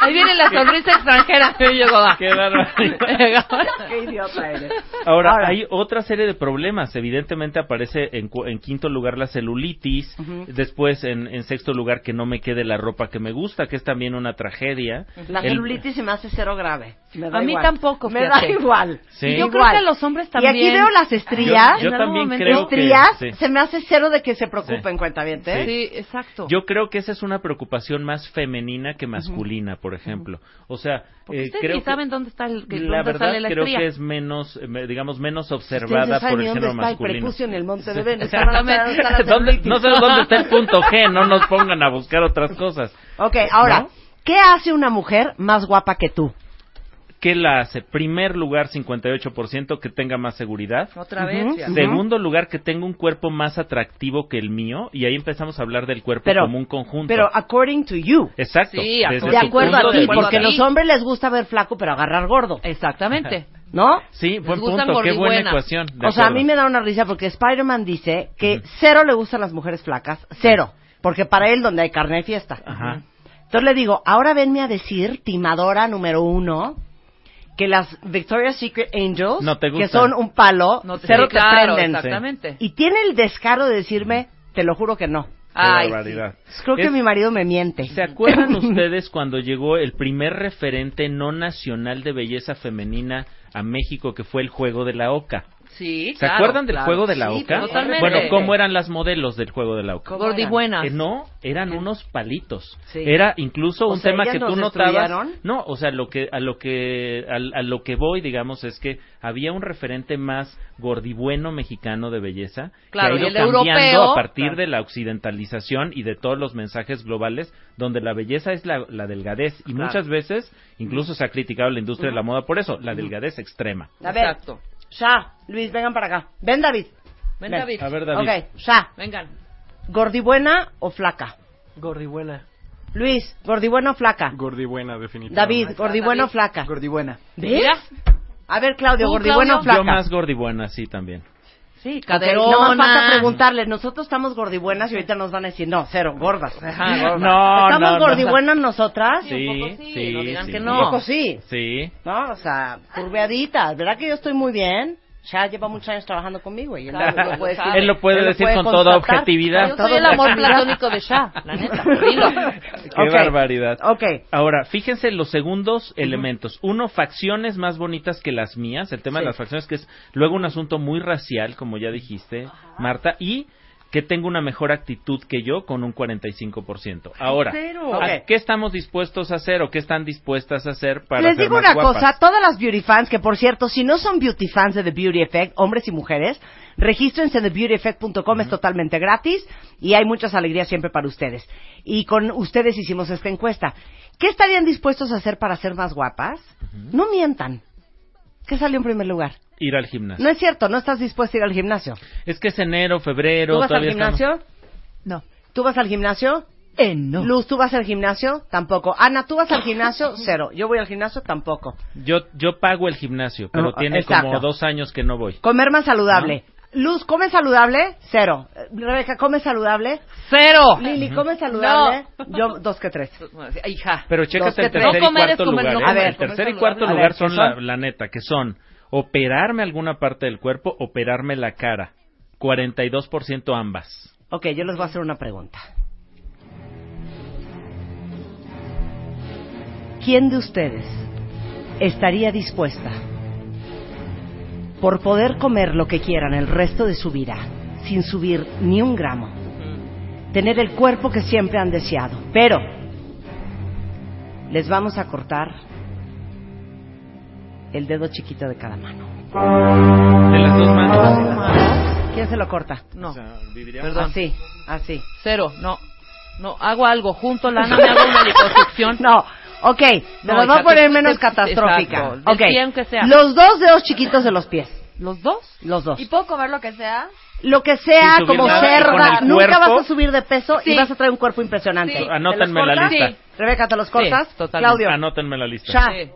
[SPEAKER 4] Ahí viene la sonrisa extranjera. Y yo, va.
[SPEAKER 3] Qué barbaridad.
[SPEAKER 1] [laughs]
[SPEAKER 4] [laughs]
[SPEAKER 1] Qué idiota eres.
[SPEAKER 3] Ahora,
[SPEAKER 1] Ahora.
[SPEAKER 3] hay otra serie de problemas. Evidentemente aparece en, cu- en quinto lugar la celulitis,
[SPEAKER 1] Ujú.
[SPEAKER 3] después en, en sexto lugar que no me quede la ropa que me gusta, que es también una tragedia.
[SPEAKER 1] La
[SPEAKER 3] El-
[SPEAKER 1] celulitis se me hace cero grave. Me da
[SPEAKER 4] A mí
[SPEAKER 1] igual.
[SPEAKER 4] tampoco,
[SPEAKER 1] Me
[SPEAKER 4] fíjate.
[SPEAKER 1] da igual.
[SPEAKER 3] Sí.
[SPEAKER 4] Y yo creo
[SPEAKER 1] Igual.
[SPEAKER 4] que a los hombres
[SPEAKER 1] Y
[SPEAKER 4] también.
[SPEAKER 1] aquí veo las estrías.
[SPEAKER 3] Yo
[SPEAKER 4] En algún
[SPEAKER 3] también
[SPEAKER 4] momento-
[SPEAKER 3] creo que...
[SPEAKER 1] estrías.
[SPEAKER 3] sí.
[SPEAKER 1] Se me hace cero de que se preocupen,
[SPEAKER 3] Sí.
[SPEAKER 1] cuenta bien, ¿eh?
[SPEAKER 3] Sí.
[SPEAKER 4] Sí, exacto.
[SPEAKER 3] Yo creo que esa es una preocupación más femenina que masculina, por ejemplo. O sea,
[SPEAKER 4] Porque
[SPEAKER 3] eh,
[SPEAKER 4] ustedes
[SPEAKER 3] creo
[SPEAKER 4] ni
[SPEAKER 3] que-
[SPEAKER 4] saben dónde está el que
[SPEAKER 3] la
[SPEAKER 4] dónde
[SPEAKER 3] verdad
[SPEAKER 4] sale la
[SPEAKER 3] creo
[SPEAKER 4] estría.
[SPEAKER 3] que es menos, eh, me- digamos, menos
[SPEAKER 1] Ustedes
[SPEAKER 3] observada
[SPEAKER 1] no
[SPEAKER 3] por
[SPEAKER 1] saben
[SPEAKER 3] el
[SPEAKER 1] ni dónde
[SPEAKER 3] género
[SPEAKER 1] está el
[SPEAKER 3] masculino. [laughs]
[SPEAKER 1] prepucio en el monte de Venus.
[SPEAKER 4] Exactamente.
[SPEAKER 1] No saben dónde está la
[SPEAKER 3] ¿Dónde-
[SPEAKER 1] celulitis.
[SPEAKER 3] no sé dónde está el
[SPEAKER 4] [laughs]
[SPEAKER 3] punto G, no nos pongan a buscar otras cosas.
[SPEAKER 1] Ok, ahora,
[SPEAKER 3] ¿No?
[SPEAKER 1] ¿qué hace una mujer más guapa que tú?
[SPEAKER 3] ¿Qué la hace? Primer lugar, 58% que tenga más seguridad.
[SPEAKER 4] Otra vez.
[SPEAKER 1] Ujú.
[SPEAKER 4] ya.
[SPEAKER 1] Ujú.
[SPEAKER 3] Segundo lugar, que tenga un cuerpo más atractivo que el mío. Y ahí empezamos a hablar del cuerpo
[SPEAKER 1] Pero,
[SPEAKER 3] como un conjunto.
[SPEAKER 1] pero according to you.
[SPEAKER 3] Exacto.
[SPEAKER 4] Sí,
[SPEAKER 3] desde
[SPEAKER 1] De
[SPEAKER 3] tu
[SPEAKER 1] acuerdo
[SPEAKER 3] punto
[SPEAKER 1] a
[SPEAKER 3] de Eh,
[SPEAKER 1] ti,
[SPEAKER 3] vista.
[SPEAKER 1] porque
[SPEAKER 4] a ti.
[SPEAKER 1] los hombres les gusta ver flaco pero agarrar gordo,
[SPEAKER 3] [laughs]
[SPEAKER 4] Exactamente.
[SPEAKER 1] ¿no?
[SPEAKER 3] Sí, buen
[SPEAKER 4] gustan
[SPEAKER 3] punto. Qué buena
[SPEAKER 4] gordigüenas.
[SPEAKER 3] ecuación. de
[SPEAKER 1] O sea, a
[SPEAKER 3] acuerdo.
[SPEAKER 1] mí me da una risa porque Spider-Man dice que
[SPEAKER 3] Ujú.
[SPEAKER 1] cero le gustan las mujeres flacas, cero, porque para él donde hay carne hay fiesta.
[SPEAKER 3] Ajá.
[SPEAKER 1] Entonces le digo, ahora venme a decir, timadora número uno, que las Victoria's Secret Angels,
[SPEAKER 3] No te
[SPEAKER 1] que
[SPEAKER 3] gustan.
[SPEAKER 1] son un palo,
[SPEAKER 4] No te-
[SPEAKER 1] cero
[SPEAKER 4] sí, claro,
[SPEAKER 1] te prenden.
[SPEAKER 4] exactamente.
[SPEAKER 1] Y tiene el descaro de decirme, te lo juro que no.
[SPEAKER 4] Ay,
[SPEAKER 3] barbaridad.
[SPEAKER 1] Creo que
[SPEAKER 3] Es-
[SPEAKER 1] mi marido me miente.
[SPEAKER 3] ¿Se acuerdan
[SPEAKER 1] [laughs]
[SPEAKER 3] ustedes cuando llegó el primer referente no nacional de belleza femenina a México, que fue el juego de la Oca?
[SPEAKER 4] Sí,
[SPEAKER 3] ¿Se
[SPEAKER 4] claro,
[SPEAKER 3] acuerdan del
[SPEAKER 4] claro.
[SPEAKER 3] juego de la
[SPEAKER 1] Sí,
[SPEAKER 3] Oca?
[SPEAKER 4] totalmente.
[SPEAKER 3] Bueno, ¿cómo eran las modelos del juego de la Oca?
[SPEAKER 4] Gordibuena.
[SPEAKER 3] Eh, no, eran unos palitos.
[SPEAKER 1] Sí.
[SPEAKER 3] Era incluso
[SPEAKER 1] O
[SPEAKER 3] un
[SPEAKER 1] sea,
[SPEAKER 3] tema
[SPEAKER 1] ¿ellas
[SPEAKER 3] que tú
[SPEAKER 1] nos
[SPEAKER 3] notabas.
[SPEAKER 1] destruyeron?
[SPEAKER 3] No, o sea, lo que a lo que a, a lo que voy, digamos, es que había un referente más gordibueno mexicano de belleza
[SPEAKER 4] Claro,
[SPEAKER 3] que ha
[SPEAKER 4] y
[SPEAKER 3] ido
[SPEAKER 4] el
[SPEAKER 3] cambiando
[SPEAKER 4] europeo,
[SPEAKER 3] a partir
[SPEAKER 4] claro.
[SPEAKER 3] de la occidentalización y de todos los mensajes globales donde la belleza es la, la delgadez y
[SPEAKER 4] Claro.
[SPEAKER 3] muchas veces incluso se ha criticado la industria de la moda por eso, la delgadez extrema.
[SPEAKER 1] A ver,
[SPEAKER 4] Exacto.
[SPEAKER 1] Sha, Luis, vengan para acá. Ven, David.
[SPEAKER 4] Ven,
[SPEAKER 1] Ven.
[SPEAKER 4] David.
[SPEAKER 3] A ver, David.
[SPEAKER 1] Ok, Sha,
[SPEAKER 4] Vengan.
[SPEAKER 1] ¿gordibuena o flaca?
[SPEAKER 8] Gordibuena.
[SPEAKER 1] Luis, ¿gordibuena o flaca?
[SPEAKER 8] Gordibuena, definitivamente.
[SPEAKER 1] David, ¿gordibuena o flaca?
[SPEAKER 8] Gordibuena.
[SPEAKER 1] ¿Ves?
[SPEAKER 4] Mira.
[SPEAKER 1] A ver, Claudio,
[SPEAKER 4] Tú,
[SPEAKER 1] ¿gordibuena o
[SPEAKER 4] Claudio.
[SPEAKER 1] flaca?
[SPEAKER 3] Yo más gordibuena sí también.
[SPEAKER 4] Sí,
[SPEAKER 1] Ok,
[SPEAKER 4] caderona.
[SPEAKER 1] nada más falta preguntarles, nosotros estamos gordibuenas y ahorita nos van a decir, no, cero, gordas.
[SPEAKER 3] Ah, gordas. No,
[SPEAKER 1] ¿Estamos
[SPEAKER 3] no, no.
[SPEAKER 1] gordibuenas nosotras?
[SPEAKER 4] Sí, un poco sí, no digan que
[SPEAKER 1] Un
[SPEAKER 4] no.
[SPEAKER 1] poco sí,
[SPEAKER 3] Sí.
[SPEAKER 1] ¿no? O sea, curveaditas, ¿verdad que yo estoy muy bien? Ya lleva muchos años trabajando conmigo y él
[SPEAKER 4] Claro,
[SPEAKER 1] lo
[SPEAKER 4] lo
[SPEAKER 1] puede decir.
[SPEAKER 4] sabe.
[SPEAKER 3] Él lo puede
[SPEAKER 1] Él lo
[SPEAKER 3] decir
[SPEAKER 1] puede
[SPEAKER 3] con toda
[SPEAKER 1] constatar.
[SPEAKER 3] objetividad.
[SPEAKER 4] Yo soy el amor platónico de Shah, la neta. Dilo.
[SPEAKER 1] [laughs]
[SPEAKER 3] Qué
[SPEAKER 1] Ok.
[SPEAKER 3] barbaridad.
[SPEAKER 1] Ok.
[SPEAKER 3] Ahora, fíjense los segundos elementos. Uno, facciones más bonitas que las mías. El tema de las facciones, que es luego un asunto muy racial, como ya dijiste, Marta. Y que tengo una mejor actitud que yo con un 45%. Ahora,
[SPEAKER 1] cero.
[SPEAKER 3] ¿a
[SPEAKER 1] Ok.
[SPEAKER 3] ¿qué estamos dispuestos a hacer o qué están dispuestas a hacer para
[SPEAKER 1] Les
[SPEAKER 3] ser
[SPEAKER 1] digo
[SPEAKER 3] más
[SPEAKER 1] una
[SPEAKER 3] guapas?
[SPEAKER 1] cosa, todas las beauty fans, que por cierto, si no son beauty fans de The Beauty Effect, hombres y mujeres, regístrense en TheBeautyEffect.com, es totalmente gratis y hay muchas alegrías siempre para ustedes. Y con ustedes hicimos esta encuesta. ¿Qué estarían dispuestos a hacer para ser más guapas? No mientan. ¿Qué salió en primer lugar?
[SPEAKER 3] Ir al gimnasio.
[SPEAKER 1] No es cierto, no estás dispuesta a ir al gimnasio.
[SPEAKER 3] Es que es enero, febrero,
[SPEAKER 1] ¿Tú vas al
[SPEAKER 3] todavía estamos-
[SPEAKER 1] gimnasio?
[SPEAKER 5] No.
[SPEAKER 1] ¿Tú vas al gimnasio?
[SPEAKER 9] Eh, no.
[SPEAKER 1] Luz, ¿tú vas al gimnasio? Tampoco. Ana, ¿tú vas al
[SPEAKER 3] [laughs]
[SPEAKER 1] gimnasio? Cero. Yo voy al gimnasio, tampoco.
[SPEAKER 3] Yo, yo pago el gimnasio, pero
[SPEAKER 1] No,
[SPEAKER 3] tiene
[SPEAKER 1] Ah, exacto.
[SPEAKER 3] como dos años que no voy.
[SPEAKER 1] Comer más saludable. Luz, ¿come saludable? Cero. Eh, Rebeca, ¿come saludable?
[SPEAKER 4] Cero.
[SPEAKER 1] Lili, ¿come saludable? Yo, dos que tres.
[SPEAKER 4] Hija.
[SPEAKER 3] Pero
[SPEAKER 1] Dos que
[SPEAKER 3] chécate
[SPEAKER 1] tres.
[SPEAKER 3] el tercer
[SPEAKER 4] No
[SPEAKER 3] y
[SPEAKER 4] comer es
[SPEAKER 3] cuarto lugar.
[SPEAKER 4] comer, no
[SPEAKER 3] ¿eh?
[SPEAKER 1] comer. A ver,
[SPEAKER 3] el tercer y
[SPEAKER 4] comer
[SPEAKER 3] cuarto
[SPEAKER 1] saludable.
[SPEAKER 3] lugar
[SPEAKER 1] A ver,
[SPEAKER 3] son,
[SPEAKER 1] ¿qué
[SPEAKER 3] la,
[SPEAKER 1] son?
[SPEAKER 3] la neta, que son operarme alguna parte del cuerpo, operarme la cara. 42% ambas.
[SPEAKER 1] Ok, yo les voy a hacer una pregunta. ¿Quién de ustedes estaría dispuesta, por poder comer lo que quieran el resto de su vida, sin subir ni un gramo,
[SPEAKER 4] Mm,
[SPEAKER 1] tener el cuerpo que siempre han deseado? Pero les vamos a cortar el dedo chiquito de cada mano.
[SPEAKER 3] De las dos manos.
[SPEAKER 1] ¿Quién se lo corta?
[SPEAKER 4] No.
[SPEAKER 1] Perdón. Así, así.
[SPEAKER 4] Cero. No. No. Hago algo. Junto lana me hago una liposucción.
[SPEAKER 1] [laughs] No, ok, me
[SPEAKER 4] No,
[SPEAKER 1] los va a
[SPEAKER 4] exacto,
[SPEAKER 1] poner
[SPEAKER 4] es-
[SPEAKER 1] menos
[SPEAKER 4] es-
[SPEAKER 1] catastrófica.
[SPEAKER 4] exacto, del
[SPEAKER 1] Ok,
[SPEAKER 4] pie aunque sea.
[SPEAKER 1] Los dos dedos chiquitos de los pies,
[SPEAKER 4] ¿Los dos?
[SPEAKER 1] los dos.
[SPEAKER 5] ¿Y puedo comer lo que sea?
[SPEAKER 1] Lo que sea,
[SPEAKER 3] Sin subir
[SPEAKER 1] como
[SPEAKER 3] nada,
[SPEAKER 1] cerda,
[SPEAKER 3] con el
[SPEAKER 1] nunca
[SPEAKER 3] cuerpo. Ah,
[SPEAKER 1] vas a subir de peso y
[SPEAKER 4] Sí.
[SPEAKER 1] vas a traer un cuerpo impresionante.
[SPEAKER 4] Sí.
[SPEAKER 3] Anótenme la
[SPEAKER 4] cortas?
[SPEAKER 3] lista.
[SPEAKER 4] Sí. Ah.
[SPEAKER 1] Rebeca, ¿te los cortas?
[SPEAKER 4] totalmente.
[SPEAKER 3] Ah,
[SPEAKER 1] Claudio,
[SPEAKER 3] Anótenme la lista.
[SPEAKER 1] Sha,
[SPEAKER 4] Sí.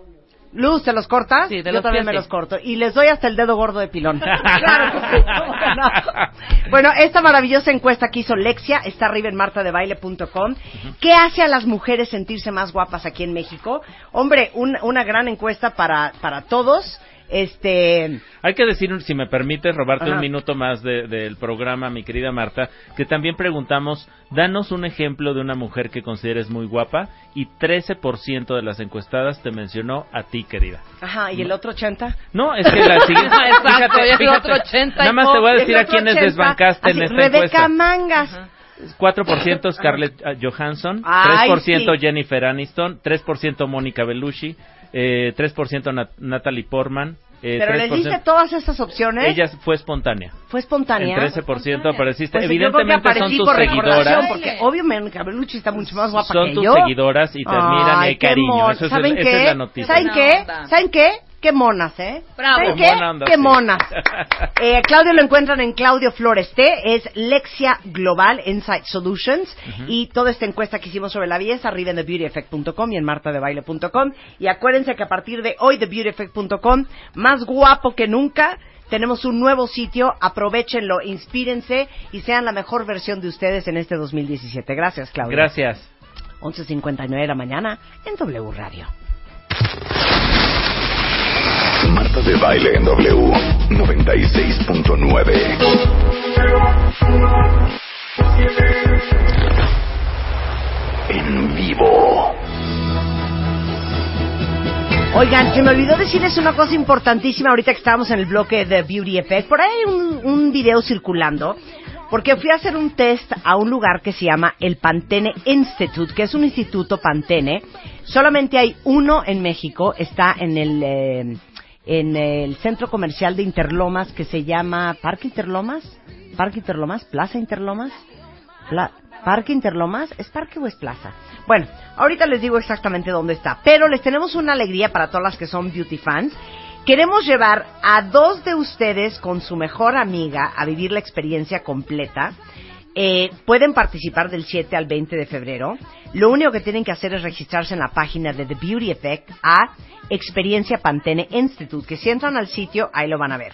[SPEAKER 1] Luz, ¿te los cortas?
[SPEAKER 4] Sí, de
[SPEAKER 1] Yo
[SPEAKER 4] los
[SPEAKER 1] también
[SPEAKER 4] pies,
[SPEAKER 1] me
[SPEAKER 4] sí.
[SPEAKER 1] los corto. Y les doy hasta el dedo gordo de pilón.
[SPEAKER 3] [laughs]
[SPEAKER 1] claro que sí, ¿cómo que no? Bueno, esta maravillosa encuesta que hizo Lexia está arriba en martadebaile.com. ¿Qué hace a las mujeres sentirse más guapas aquí en México? Hombre, un- una gran encuesta para, para todos. Este,
[SPEAKER 3] Hay que decir, si me permites, robarte
[SPEAKER 1] Ajá.
[SPEAKER 3] un minuto más de- del programa, mi querida Marta, que también preguntamos, danos un ejemplo de una mujer que consideres muy guapa y 13% de las encuestadas te mencionó a ti, querida.
[SPEAKER 1] ajá,
[SPEAKER 3] Mm.
[SPEAKER 1] ¿y el otro 80?
[SPEAKER 3] No, es que la
[SPEAKER 1] [laughs]
[SPEAKER 3] siguiente.
[SPEAKER 4] Exacto,
[SPEAKER 3] fíjate,
[SPEAKER 4] es
[SPEAKER 3] fíjate.
[SPEAKER 4] otro 80 y
[SPEAKER 3] Nada más te voy a
[SPEAKER 1] El
[SPEAKER 3] decir a
[SPEAKER 1] otro
[SPEAKER 3] quiénes
[SPEAKER 1] 80,
[SPEAKER 3] desbancaste en
[SPEAKER 1] así,
[SPEAKER 3] esta
[SPEAKER 1] Rebeca
[SPEAKER 3] encuesta.
[SPEAKER 1] Mangas.
[SPEAKER 3] 4% Scarlett eh, Johansson,
[SPEAKER 1] Ay,
[SPEAKER 3] 3%
[SPEAKER 1] sí.
[SPEAKER 3] Jennifer Aniston, 3% Mónica Bellucci, eh, 3% Nat- Natalie Portman. eh,
[SPEAKER 1] Pero les
[SPEAKER 3] 3%,
[SPEAKER 1] diste todas estas opciones.
[SPEAKER 3] Ella fue espontánea.
[SPEAKER 1] ¿Fue espontánea?
[SPEAKER 3] El 13% apareciste.
[SPEAKER 1] Pues yo creo que
[SPEAKER 3] Evidentemente son
[SPEAKER 1] aparecí
[SPEAKER 3] tus
[SPEAKER 1] por recordación,
[SPEAKER 3] seguidoras.
[SPEAKER 1] Porque obviamente Cabelucci está mucho más guapa
[SPEAKER 3] Son
[SPEAKER 1] que
[SPEAKER 3] tus
[SPEAKER 1] yo.
[SPEAKER 3] seguidoras y te miran y hay
[SPEAKER 1] Ay, qué
[SPEAKER 3] cariño.
[SPEAKER 1] mon-
[SPEAKER 3] Eso es el-
[SPEAKER 1] ¿Saben
[SPEAKER 3] esa
[SPEAKER 1] qué?
[SPEAKER 3] es la noticia.
[SPEAKER 1] ¿Saben
[SPEAKER 4] Qué
[SPEAKER 1] qué?
[SPEAKER 4] buena onda.
[SPEAKER 1] ¿Saben qué? Qué monas, ¿eh?
[SPEAKER 4] Bravo.
[SPEAKER 1] ¿Saben
[SPEAKER 3] Qué
[SPEAKER 1] qué?
[SPEAKER 3] mona onda,
[SPEAKER 1] qué
[SPEAKER 3] sí.
[SPEAKER 1] monas.
[SPEAKER 3] [laughs]
[SPEAKER 1] Eh, Claudio lo encuentran en Claudio Flores T, es Lexia Global Insight Solutions y toda esta encuesta que hicimos sobre la belleza arriba en TheBeautyEffect.com y en martadebaile.com y acuérdense que a partir de hoy TheBeautyEffect.com, más guapo que nunca, tenemos un nuevo sitio, aprovechenlo, inspírense y sean la mejor versión de ustedes en este 2017. Gracias, Claudio.
[SPEAKER 3] Gracias.
[SPEAKER 1] 11.59 de la mañana en W Radio.
[SPEAKER 6] Marta de Baile en W 96.9. en vivo.
[SPEAKER 1] Oigan, se me olvidó decirles una cosa importantísima ahorita que estábamos en el bloque de Beauty Effect. Por ahí hay un, un video circulando, porque fui a hacer un test a un lugar que se llama el Pantene Institute, que es un instituto Pantene. Solamente hay uno en México, está en el, eh, en el centro comercial de Interlomas que se llama Parque Interlomas, Parque Interlomas, Plaza Interlomas. Pla- ¿Parque Interlomas? ¿Es parque o es plaza? Bueno, ahorita les digo exactamente dónde está, pero les tenemos una alegría para todas las que son beauty fans. Queremos llevar a dos de ustedes con su mejor amiga a vivir la experiencia completa. Eh, pueden participar del 7 al 20 de febrero. Lo único que tienen que hacer es registrarse en la página de The Beauty Effect a Experiencia Pantene Institute, que si entran al sitio, ahí lo van a ver.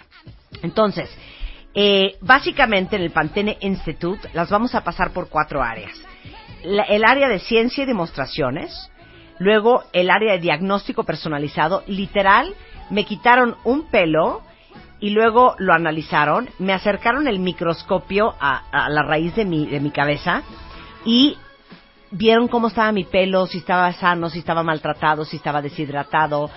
[SPEAKER 1] Entonces, eh, básicamente en el Pantene Institute las vamos a pasar por cuatro áreas. La- el área de ciencia y demostraciones, luego el área de diagnóstico personalizado, literal, me quitaron un pelo y luego lo analizaron, me acercaron el microscopio a, a la raíz de mi, de mi cabeza y vieron cómo estaba mi pelo, si estaba sano, si estaba maltratado, si estaba deshidratado.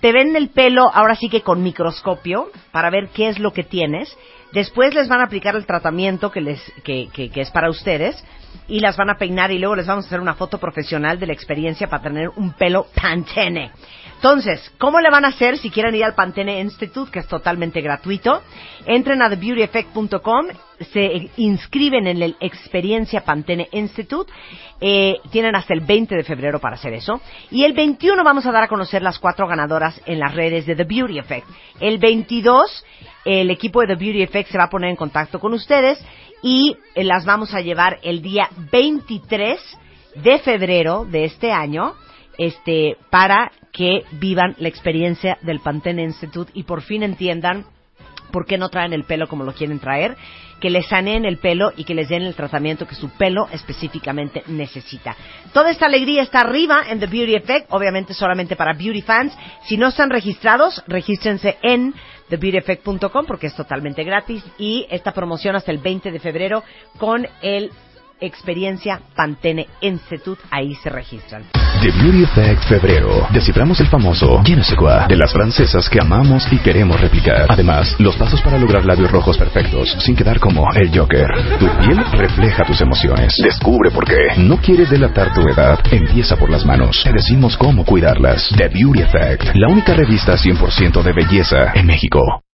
[SPEAKER 1] Te ven el pelo ahora sí que con microscopio para ver qué es lo que tienes. Después les van a aplicar el tratamiento que, les, que, que- que es para ustedes y las van a peinar y luego les vamos a hacer una foto profesional de la experiencia para tener un pelo Pantene. Entonces, ¿cómo le van a hacer si quieren ir al Pantene Institute, que es totalmente gratuito? Entren a thebeautyeffect.com, se inscriben en el Experiencia Pantene Institute, eh, tienen hasta el 20 de febrero para hacer eso, y el 21 vamos a dar a conocer las cuatro ganadoras en las redes de The Beauty Effect. El 22, el equipo de The Beauty Effect se va a poner en contacto con ustedes y eh, las vamos a llevar el día 23 de febrero de este año este para que vivan la experiencia del Pantene Institute y por fin entiendan por qué no traen el pelo como lo quieren traer, que les saneen el pelo y que les den el tratamiento que su pelo específicamente necesita. Toda esta alegría está arriba en The Beauty Effect, obviamente solamente para beauty fans. Si no están registrados, regístrense en thebeautyeffect.com porque es totalmente gratis y esta promoción hasta el 20 de febrero con el Experiencia Pantene Institute, ahí se registran.
[SPEAKER 6] The Beauty Effect Febrero. Desciframos el famoso Je ne sais quoi de las francesas que amamos y queremos replicar. Además, los pasos para lograr labios rojos perfectos sin quedar como el Joker. Tu piel refleja tus emociones. Descubre por qué. No quieres delatar tu edad. Empieza por las manos. Te decimos cómo cuidarlas. The Beauty Effect. La única revista 100% de belleza en México.